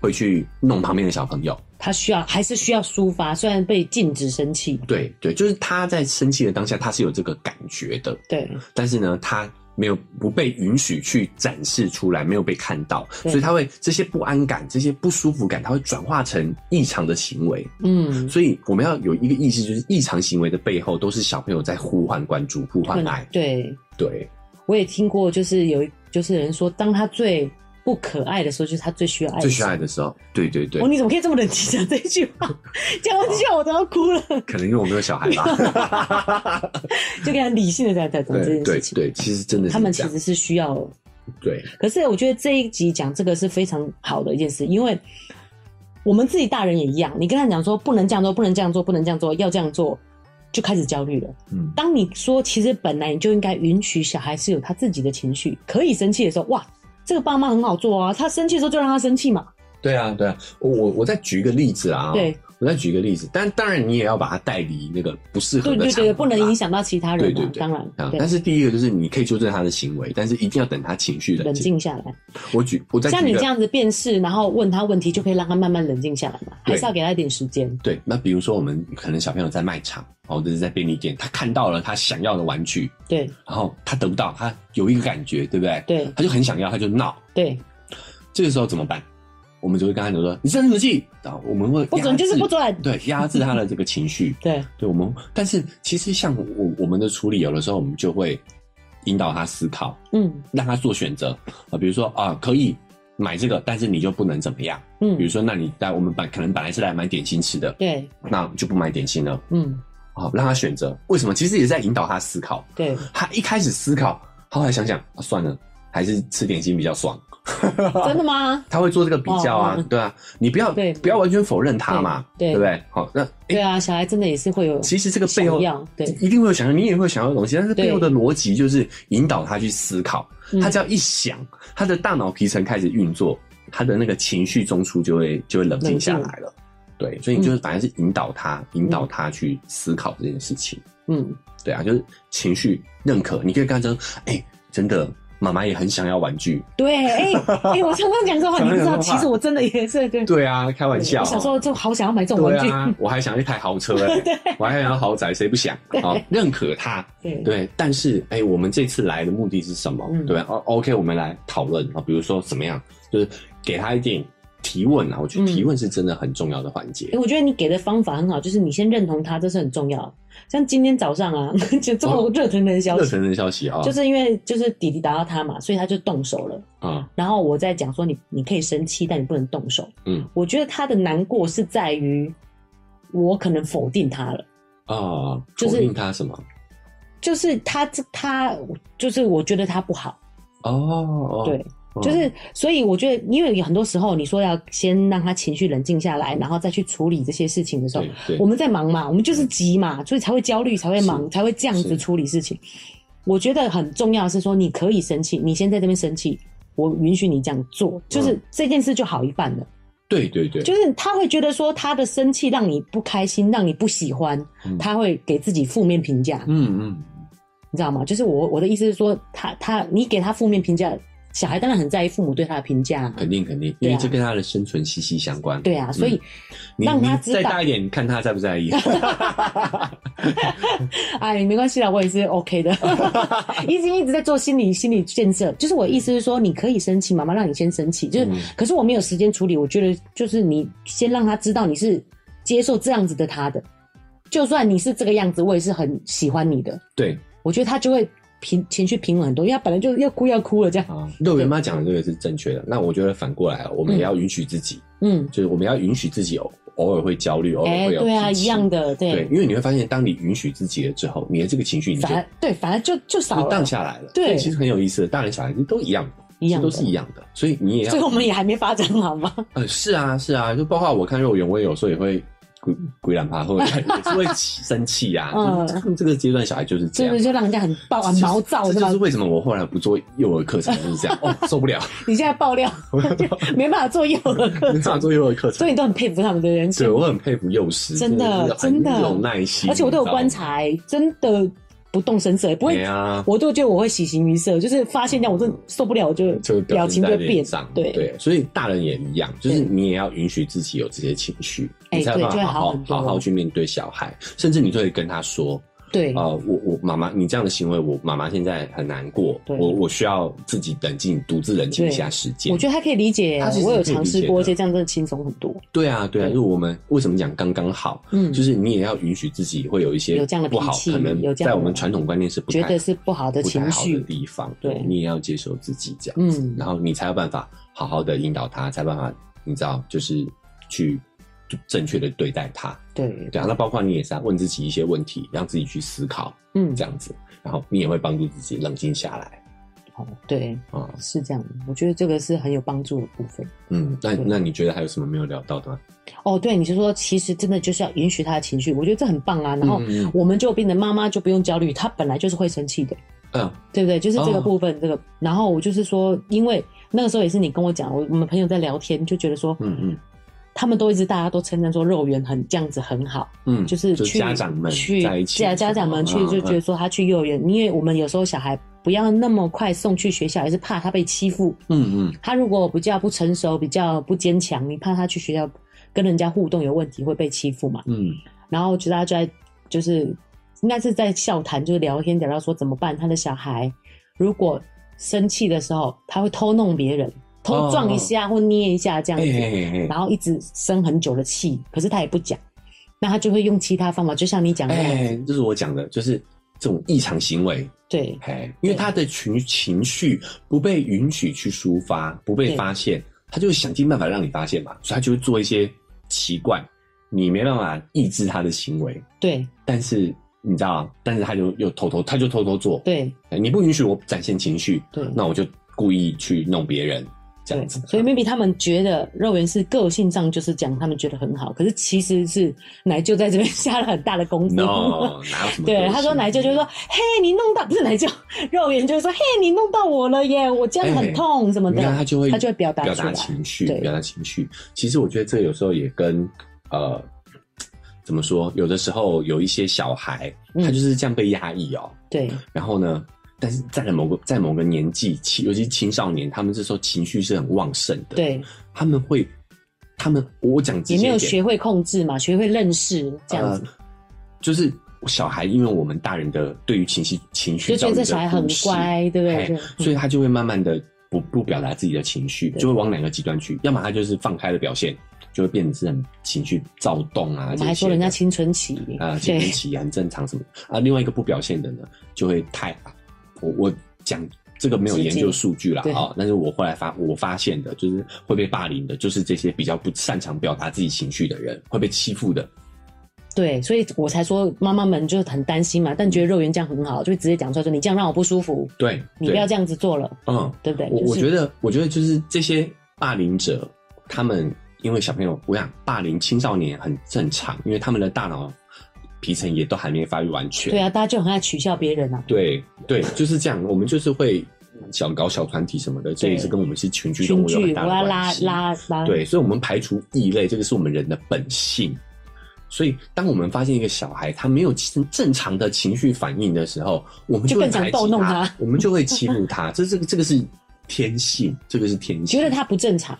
S2: 会去弄旁边的小朋友。
S1: 他需要还是需要抒发，虽然被禁止生气。
S2: 对对，就是他在生气的当下，他是有这个感觉的，
S1: 对，
S2: 但是呢，他。没有不被允许去展示出来，没有被看到，
S1: 对
S2: 所以他会这些不安感、这些不舒服感，他会转化成异常的行为。
S1: 嗯，
S2: 所以我们要有一个意识，就是异常行为的背后都是小朋友在呼唤关注、呼唤爱。
S1: 对，
S2: 对，
S1: 我也听过，就是有一就是有人说，当他最不可爱的时候，就是他最需要爱的时候。
S2: 最需要爱的时候，对对对
S1: 哦，，你怎么可以这么冷静讲这一句 话？讲完这句话我都要哭了。
S2: 可能因为我没有小孩 吧。
S1: 就跟他理性的在在讲这
S2: 对
S1: 件
S2: 对
S1: 事情。
S2: 对，其实真的是
S1: 他们
S2: 这
S1: 其
S2: 样
S1: 实是需要，
S2: 对
S1: 可是我觉得这一集讲这个是非常好的一件事，因为我们自己大人也一样，你跟他讲说不能这样做，不能这样做，不能这样做，要这样做，就开始焦虑了。
S2: 嗯
S1: 当你说其实本来你就应该允许小孩是有他自己的情绪，可以生气的时候，哇，这个爸妈很好做啊，他生气的时候就让他生气嘛，
S2: 对啊对啊，我我我再举一个例子啊、
S1: 对，
S2: 我再举一个例子，但当然你也要把它带离那个不适合
S1: 对
S2: 的
S1: 对
S2: 场
S1: 对，
S2: 合
S1: 不能影
S2: 啊
S1: 响到其他人嘛，
S2: 对对对
S1: 当然
S2: 啊，
S1: 对
S2: 但，是第一个就是你可以纠正他的行为，但是一定要等他情绪冷
S1: 冷
S2: 静。
S1: 静下来。
S2: 我举我再举
S1: 像你
S2: 一个
S1: 这样子辨识，然后问他问题，就可以让他慢慢冷静下来嘛，
S2: 对
S1: 还是要给他一点时间。
S2: 对，那比如说我们可能小朋友在卖场，哦，或者是在便利店，他看到了他想要的玩具，
S1: 对
S2: 然后他得不到，他有一个感觉，对不对？
S1: 对
S2: 他就很想要，他就闹。
S1: 对，
S2: 这个时候怎么办？我们就会跟他讲说：“你生什么气？”啊，我们会
S1: 不准
S2: 压制
S1: 就是不准
S2: 对，压制他的这个情绪。
S1: 对
S2: 对，我们但是其实像我我们的处理，有的时候我们就会引导他思考，
S1: 嗯
S2: 让他做选择啊，比如说啊，可以买这个，但是你就不能怎么样。比如
S1: 嗯，
S2: 说，那你在我们本可能本来是来买点心吃的，
S1: 对，
S2: 那就不买点心了。
S1: 嗯
S2: 好，让他选择。为什么？其实也是在引导他思考。
S1: 对，
S2: 他一开始思考，后来想想，啊、算了，还是吃点心比较爽。
S1: 真的吗？
S2: 他会做这个比较啊，
S1: 哦哦
S2: 对啊，你不要
S1: 对
S2: 不要完全否认他嘛，
S1: 对对
S2: 不对？好，那
S1: 对啊，小孩真的也是会有
S2: 其实这个背后
S1: 想要对
S2: 一定会有想要，你也会有想要的东西，但是
S1: 对
S2: 背后的逻辑就是引导他去思考。
S1: 嗯
S2: 他只要一想，他的大脑皮层开始运作，他的那个情绪中枢就会就会冷静下来了。对，所以
S1: 嗯
S2: 你就是反正是引导他，引导他去思考这件事情。
S1: 嗯
S2: 对啊，就是情绪认可，你可以跟他说：“哎、真的，妈妈也很想要玩具。
S1: 对， 哎、哎、我常常讲这话，你不知道，其实我真的也是对”。
S2: 对啊，开玩
S1: 对
S2: 笑。
S1: 我小时候就好想要买这种玩
S2: 对
S1: 具，
S2: 啊，我还想要一台豪车、欸，我还想要豪宅，谁不想？好，认可他，
S1: 对
S2: 对，但是哎、我们这次来的目的是什么？
S1: 嗯
S2: 对吧？哦，OK，我们来讨论啊，比如说怎么样，就是给他一点提问啊。我觉得提问是真的很重要的环节。
S1: 嗯哎我觉得你给的方法很好，就是你先认同他，这是很重要。像今天早上啊， 就这
S2: 哦
S1: 么热腾腾的消
S2: 热
S1: 息，
S2: 腾腾的消息啊，
S1: 就是因为就是弟弟打到他嘛，所以他就动手了。
S2: 啊，
S1: 然后我在讲说你你可以生气，但你不能动手。
S2: 嗯
S1: 我觉得他的难过是在于我可能否定他了，
S2: 啊，
S1: 就
S2: 否
S1: 是
S2: 定他什么？
S1: 就是他他就是我觉得他不好，
S2: 哦哦，
S1: 对，
S2: 嗯，
S1: 就是所以我觉得，因为有很多时候你说要先让他情绪冷静下来，然后再去处理这些事情的时候
S2: 对，对
S1: 我，们在忙嘛，我们就是急嘛，所以才会焦虑，才会忙，
S2: 嗯是
S1: 才会这样子
S2: 是
S1: 处理事情。我觉得很重要的是说，你可以生气，你先在这边生气。我允许你这样做，就是这件事就好一半了。
S2: 对对嗯对，
S1: 就是他会觉得说他的生气让你不开心，让你不喜欢，
S2: 嗯
S1: 他会给自己负面评价，
S2: 嗯嗯，
S1: 你知道吗？就是我我的意思是说，他他你给他负面评价，小孩当然很在意父母对他的评价啊、
S2: 肯定肯定，因
S1: 对
S2: 为
S1: 啊
S2: 这跟他的生存息息相关。
S1: 对啊，所以
S2: 你
S1: 让
S2: 你
S1: 他知
S2: 再
S1: 道
S2: 大一点，看他在不 在意。
S1: 哎，没关系啦，我也是 OK 的，一直一直在做心理心理建设。就是我意思是说，你可以生气，妈妈让你先生气，就是、
S2: 嗯
S1: 可是我没有时间处理，我觉得就是你先让他知道你是接受这样子的他的，就算你是这个样子，我也是很喜欢你的，
S2: 对
S1: 我觉得他就会平情绪平稳很多，因为他本来就要哭要哭了这样，
S2: 啊，肉圆妈讲的这个是正确的。那我觉得反过来，啊我们也要允许自己，
S1: 嗯，
S2: 就是我们要允许自己偶偶尔会焦虑，偶
S1: 哎、
S2: 尔会有
S1: 对啊，
S2: 脾气
S1: 一样。的，对，
S2: 对，因为你会发现，当你允许自己了之后，你的这个情绪你就
S1: 反而对，反而就就少
S2: 就
S1: 了
S2: 荡，下来了。
S1: 对
S2: 所以其实很有意思的，大人小孩子都一样，
S1: 一样
S2: 其
S1: 的
S2: 实都是一样的，所以你也要。
S1: 所以我们也还没发展好吗？
S2: 呃，是啊，是啊，就包括我看肉圆，我也有时候也会鬼鬼懒爬，或者也是会起生气呀、
S1: 嗯
S2: 啊。就是他们这个阶段小孩就是
S1: 是
S2: 这样
S1: 不是。就让人家很 暴很
S2: 这就是
S1: 啊毛躁
S2: 这
S1: 是
S2: 就
S1: 吗
S2: 是？为什么我后来不做幼儿课程就是这样，哦，受不了，
S1: 你现在爆 料，就没办法做幼儿课
S2: 没办
S1: 程
S2: 法，做幼儿课程。
S1: 所以你都很佩服他们的人
S2: 对，
S1: 性，
S2: 我很佩服幼师，
S1: 真的
S2: 是很
S1: 真的
S2: 有耐心，
S1: 而且我都有观
S2: 你
S1: 察、真的不动声色、不
S2: 知
S1: 会，
S2: 道吗。对啊，
S1: 我都觉得我会喜形于色，就是发现这样我真的受不了，我就
S2: 嗯就
S1: 表情
S2: 在
S1: 就会
S2: 脸
S1: 变
S2: 上，，
S1: 对
S2: 对，所以大人也一样，就是
S1: 对
S2: 你也要允许自己有这些情绪，
S1: 哎
S2: 你才有
S1: 对
S2: 办
S1: 就
S2: 法
S1: 会
S2: 好
S1: 好
S2: 好
S1: 很多
S2: 好好去面对小孩，甚至你就会跟他说。
S1: 对，
S2: 啊、我我妈妈，你这样的行为，我妈妈现在很难过，
S1: 对
S2: 我我需要自己冷静，独自冷静一下时间。
S1: 我觉得他可以理解
S2: 他其，实
S1: 我有
S2: 可以
S1: 尝
S2: 理
S1: 试
S2: 解
S1: 过，而
S2: 的
S1: 且这样真的轻松很多。
S2: 对啊，对啊，
S1: 对
S2: 就是我们为什么讲刚刚好，
S1: 嗯，
S2: 就是你也要允许自己会有一些
S1: 有这样的
S2: 不好
S1: 脾，气
S2: 可能
S1: 有这样的
S2: 在我们传统观念是不太
S1: 觉得是不好的
S2: 不太
S1: 情
S2: 好
S1: 绪
S2: 的，地方，
S1: 对
S2: 你也要接受自己这样子，
S1: 嗯
S2: 然后你才有办法好好的引导他，才有办法你知道就是去就正确的对待他，
S1: 对，
S2: 对啊，那包括你也是要问自己一些问题，让自己去思考
S1: 嗯，
S2: 这样子，然后你也会帮助自己冷静下来
S1: 哦，对，
S2: 啊、
S1: 是这样的，我觉得这个是很有帮助的部分。
S2: 嗯，那
S1: 对
S2: 那你觉得还有什么没有聊到的吗？
S1: 哦，对，你是说其实真的就是要允许他的情绪，我觉得这很棒啊。然后
S2: 嗯嗯嗯
S1: 我们就变成妈妈就不用焦虑，她本来就是会生气的，
S2: 嗯
S1: 对不对？就是这个
S2: 哦
S1: 部分，这个。然后我就是说，因为那个时候也是你跟我讲，我我们朋友在聊天就觉得说，
S2: 嗯嗯
S1: 他们都一直大家都称赞说肉圆很这样子很好，
S2: 嗯，
S1: 就是
S2: 就
S1: 去
S2: 家长们
S1: 去
S2: 在一起
S1: 家
S2: 的时候，啊嗯
S1: 家长们去就觉得
S2: 得
S1: 说他去幼儿园，因为我们有时候小孩不要那么快送去学校，也是怕他被欺负。
S2: 嗯嗯
S1: 他如果比较不成熟、比较不坚强，你怕他去学校跟人家互动有问题会被欺负嘛？
S2: 嗯
S1: 然后就大家就在就是应该是在笑谈，就是聊天聊到说怎么办？他的小孩如果生气的时候，他会偷弄别人，
S2: 哦
S1: 偷撞一下或捏一下这
S2: 嗯，
S1: 样
S2: 哎
S1: 子。
S2: 哎哎
S1: 然后一直生很久的气，可是他也不讲，那他就会用其他方法，就像你讲的那样，
S2: 哎，哎这是我讲的，就是这种异常行为，
S1: 对
S2: 哎，因为他的情情绪不被允许去抒发，不被发现，他就想尽办法让你发现嘛，所以他就会做一些奇怪，你没办法抑制他的行为，
S1: 对
S2: 但是你知道，但是他就又偷偷，他就偷偷做，
S1: 对
S2: 哎，你不允许我展现情绪，
S1: 对
S2: 那我就故意去弄别人，这
S1: 对，
S2: 样子，
S1: 所以 maybe 他们觉得肉圆是个性上就是讲他们觉得很好，可是其实是奶舅在这边 下了很大的功夫。
S2: no 哪有什么
S1: 对，
S2: 个
S1: 他说
S2: 性
S1: 奶舅就说：“嘿，你弄到不 是奶舅，肉圆就会说：嘿，你弄到我了耶，我这样很痛什么
S2: 你
S1: 的。
S2: 哎看他就会
S1: 他就会表达
S2: 表
S1: 出来
S2: 达情绪
S1: 对，
S2: 表达情绪。其实我觉得这有时候也跟呃怎么说，有的时候有一些小孩
S1: 嗯
S2: 他就是这样被压抑哦，
S1: 对
S2: 然后呢。但是在了某个在某个年纪，其尤其青少年，他们这时候情绪是很旺盛的。，
S1: 对，
S2: 他们会，他们我讲直
S1: 也没
S2: 接
S1: 有
S2: 一
S1: 学
S2: 点，
S1: 会控制嘛，学会认识这样子，
S2: 呃就是小孩，因为我们大人的对于情绪情绪
S1: 就觉
S2: 教育
S1: 得这
S2: 的
S1: 小孩很
S2: 忽视
S1: 乖，对不对
S2: 哎
S1: 对？嗯
S2: 所以他就会慢慢的不不表达自己的情绪，
S1: 对
S2: 就会往两个极端去，要么他就是放开的表现，就会变成是很情绪躁动啊，
S1: 嗯我
S2: 这
S1: 们
S2: 些
S1: 还说人家
S2: 的
S1: 青春期
S2: 啊，青
S1: 对
S2: 春期很正常什么啊，另外一个不表现的呢，就会太，我我讲。这个没有
S1: 激
S2: 研
S1: 进
S2: 究数据啦
S1: 对
S2: 啊、但是我后来发我发现的就是会被霸凌的，就是这些比较不擅长表达自己情绪的人，会被欺负的，
S1: 对，所以我才说妈妈们就很担心嘛，但觉得肉圆这样很好，就直接讲出来说你这样让我不舒服，
S2: 对，
S1: 你
S2: 对
S1: 不要这样子做了，
S2: 嗯，
S1: 对不对？就是嗯
S2: 我我觉得，我觉得就是这些霸凌者，他们因为小朋友，我想霸凌青少年很正常，因为他们的大脑皮层也都还没发育完全。
S1: 对啊，大家就很爱取笑别人啊，
S2: 对对就是这样。我们就是会小搞小团体什么的，这也是跟我们是群居
S1: 群
S2: 动物有
S1: 聚，
S2: 很
S1: 我
S2: 大的
S1: 要
S2: 关
S1: 拉
S2: 系。
S1: 拉拉，
S2: 对，所以我们排除异类，这个是我们人的本性。所以，当我们发现一个小孩他没有正正常的情绪反应的时候，我们
S1: 就
S2: 会
S1: 更想
S2: 排挤
S1: 逗弄
S2: 他
S1: 他，
S2: 我们就会欺负他。这这个这个是天性，这个是天性。
S1: 觉得他不正常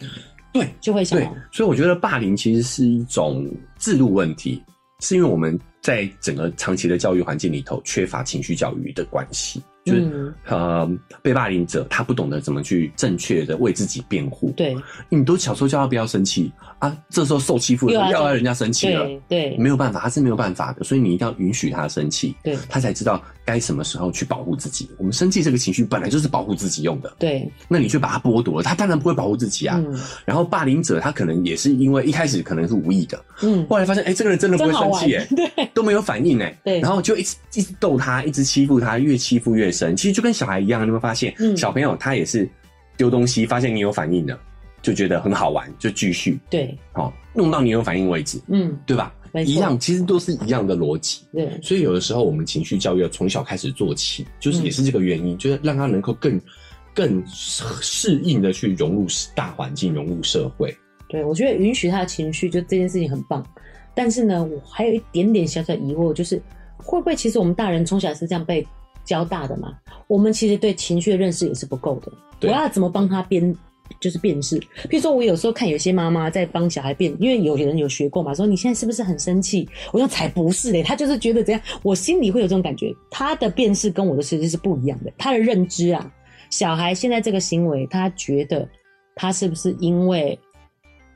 S2: 对
S1: 就会想嗯
S2: 对，所以我觉得霸凌其实是一种制度问题，是因为我们在整个长期的教育环境里头缺乏情绪教育的关系，就是、
S1: 嗯
S2: 呃被霸凌者他不懂得怎么去正确的为自己辩护。，
S1: 对
S2: 哎你都小时候叫他不要生气啊，这时候受欺负的时候
S1: 又要
S2: 要让人家生气
S1: 啊
S2: 了，
S1: 对对
S2: 没有办法，他是没有办法的，所以你一定要允许他生气，
S1: 对
S2: 他才知道该什么时候去保护自己。我们生气这个情绪本来就是保护自己用的，
S1: 对，
S2: 那你却把它剥夺了，他当然不会保护自己啊。
S1: 嗯
S2: 然后霸凌者他可能也是因为一开始可能是无意的，
S1: 嗯，
S2: 后来发现哎、诶这个人真的不会
S1: 真好
S2: 生
S1: 玩，
S2: 气哎、诶
S1: 对
S2: 都没有反应哎、诶
S1: 对
S2: 然后就一直一直逗他，一直欺负他，越欺负越深。其实就跟小孩一样，你会发现、
S1: 嗯
S2: 小朋友他也是丢东西，发现你有反应了，就觉得很好玩，就继续
S1: 对，
S2: 哦，弄到你有反应为止，
S1: 嗯
S2: 对吧？
S1: 没错嗯
S2: 一样，其实都是一样的逻辑。
S1: 对
S2: 所以有的时候我们情绪教育要从小开始做起，
S1: 嗯
S2: 就是也是这个原因，就是让他能够更更适应的去融入大环境、融入社会。
S1: 对，我觉得允许他的情绪，就这件事情很棒。但是呢，我还有一点点小小疑惑，就是会不会其实我们大人从小是这样被教大的嘛？我们其实对情绪的认识也是不够的。我
S2: 对
S1: 要怎么帮他编就是辨识。譬如说，我有时候看有些妈妈在帮小孩辨，因为有些人有学过嘛，说你现在是不是很生气？我说才不是嘞，他就是觉得怎样，我心里会有这种感觉。他的辨识跟我的其实是不一样的，他的认知啊，小孩现在这个行为，他觉得他是不是因为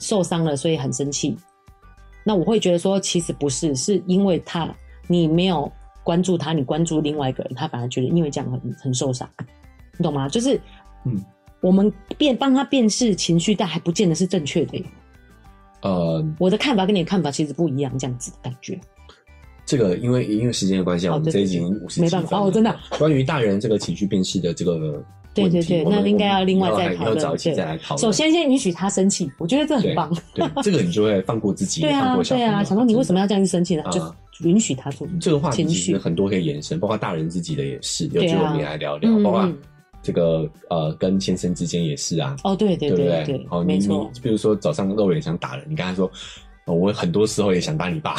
S1: 受伤了，所以很生气？那我会觉得说，其实不是，是因为他你没有关注他，你关注另外一个人，他反而觉得因为这样很很受伤，你懂吗？就是，
S2: 嗯，
S1: 我们辨帮他辨识情绪，但还不见得是正确的耶。
S2: 呃，
S1: 我的看法跟你的看法其实不一样，这样子的感觉。
S2: 这个因为因为时间的关系啊，
S1: 哦
S2: 我们
S1: 对
S2: 这
S1: 对
S2: 一集已经五十
S1: 没办法哦真的啊
S2: 关于大人这个情绪辨识的这个
S1: 对
S2: 问题
S1: 对对
S2: 我们
S1: 那应该要另外
S2: 我们
S1: 再讨论
S2: 要找一期
S1: 对
S2: 再来讨论。
S1: 首先，先允许他生气，我觉得这很
S2: 对
S1: 棒。
S2: 对这个你就会放过自己，
S1: 对
S2: 放
S1: 啊
S2: 过，小
S1: 对啊，
S2: 朋友
S1: 想说你为什么要这样去生气呢？
S2: 啊
S1: 就允许他做
S2: 这个话题
S1: 情
S2: 其实
S1: 绪。
S2: 很多可以延伸，包括大人自己的也是，有
S1: 对
S2: 机
S1: 啊
S2: 会我们也来聊啊聊，
S1: 嗯
S2: 包括
S1: 嗯
S2: 这个呃跟先生之间也是啊，
S1: 哦，对对
S2: 不
S1: 对
S2: 对？哦，
S1: 没
S2: 你
S1: 错。
S2: 你比如说早上肉也想打人，你刚才说。哦我很多时候也想 打你爸，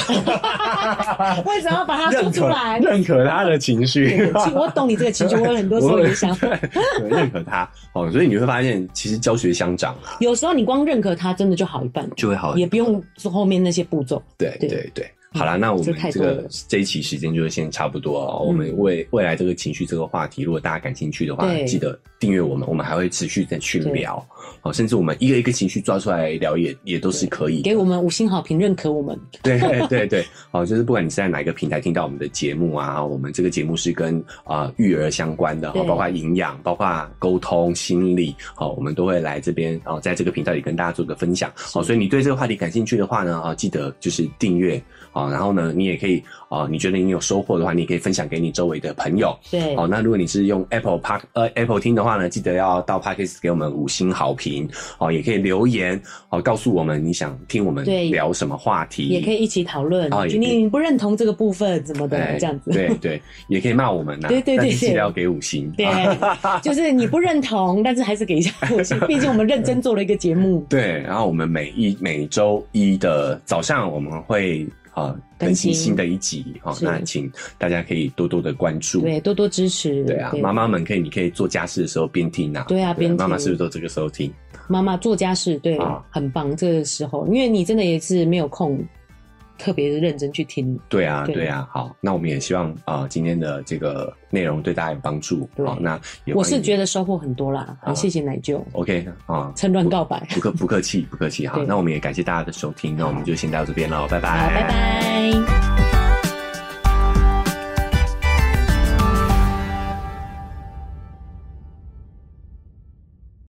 S1: 为什么要把它说
S2: 认
S1: 出
S2: 可
S1: 来？
S2: 认可他的情绪，，
S1: 对其实我懂你这个情绪，我有很多时候也想
S2: 对 对认可他哦，所以你会发现，其实教学相长啊，
S1: 有时候你光认可他，真的就好一半，
S2: 就会好
S1: 也不用做后面那些步骤。
S2: 对
S1: 对嗯
S2: 对对。好啦，那我
S1: 这
S2: 们
S1: 太
S2: 这
S1: 多了
S2: 个这一期时间就先差不多哦。
S1: 嗯
S2: 我们未未来这个情绪这个话题，如果大家感兴趣的话，
S1: 对
S2: 记得订阅我们，我们还会持续再去
S1: 对
S2: 聊。好，甚至我们一个一个情绪抓出来聊也也都是可以的。
S1: 给我们五星好评，认可我们。
S2: 对对对对，哦，就是不管你是在哪一个平台听到我们的节目啊，我们这个节目是跟啊、呃育儿相关的，哦
S1: 对
S2: 包括营养、包括沟通、心理，好、我们都会来这边哦，在这个频道里跟大家做个分享。好、所以你对这个话题感兴趣的话呢，啊、记得就是订阅啊、哦然后呢，你也可以啊、哦你觉得你有收获的话，你也可以分享给你周围的朋友。
S1: 对，
S2: 好、那如果你是用 Apple Park 呃 Apple 听的话呢，记得要到 Podcast 给我们五星好评，哦，也可以留言，哦，告诉我们你想听我们
S1: 对
S2: 聊什么话题，
S1: 也可以一起讨论
S2: 哦。也
S1: 就
S2: 可以
S1: 你不认同这个部分怎么的
S2: 哎，
S1: 这样子。
S2: 对对，也可以骂我们 呐、
S1: 对对对
S2: 但是记
S1: 对
S2: 得要给五星。
S1: 对
S2: 啊
S1: 就是你不认同，但是还是给一下五星，毕竟我们认真做了一个节目。
S2: 对，然后我们每一每周一的早上我们会啊、
S1: 更
S2: 更新
S1: 新
S2: 新的一集啊、
S1: 是
S2: 那请大家可以多多的关注。
S1: 对，多多支持。
S2: 对啊，妈妈们可以，你可以做家事的时候边听啊。
S1: 对啊边听
S2: 妈妈是不是都这个时候听？
S1: 妈妈做家事，对
S2: 啊，
S1: 很棒。这个时候，因为你真的也是没有空特别认真去听。
S2: 对啊，
S1: 对
S2: 对啊。好，那我们也希望啊、今天的这个内容对大家有帮助。
S1: 对
S2: 好、那也
S1: 我是觉
S2: 得
S1: 得收获很多啦，
S2: 啊
S1: 很谢谢奶舅，
S2: OK 啊，
S1: 趁乱告白。
S2: 不客不客气，不客气。好，
S1: 对
S2: 那我们也感谢大家的收听，那我们就先到这边喽，拜
S1: 好，拜拜。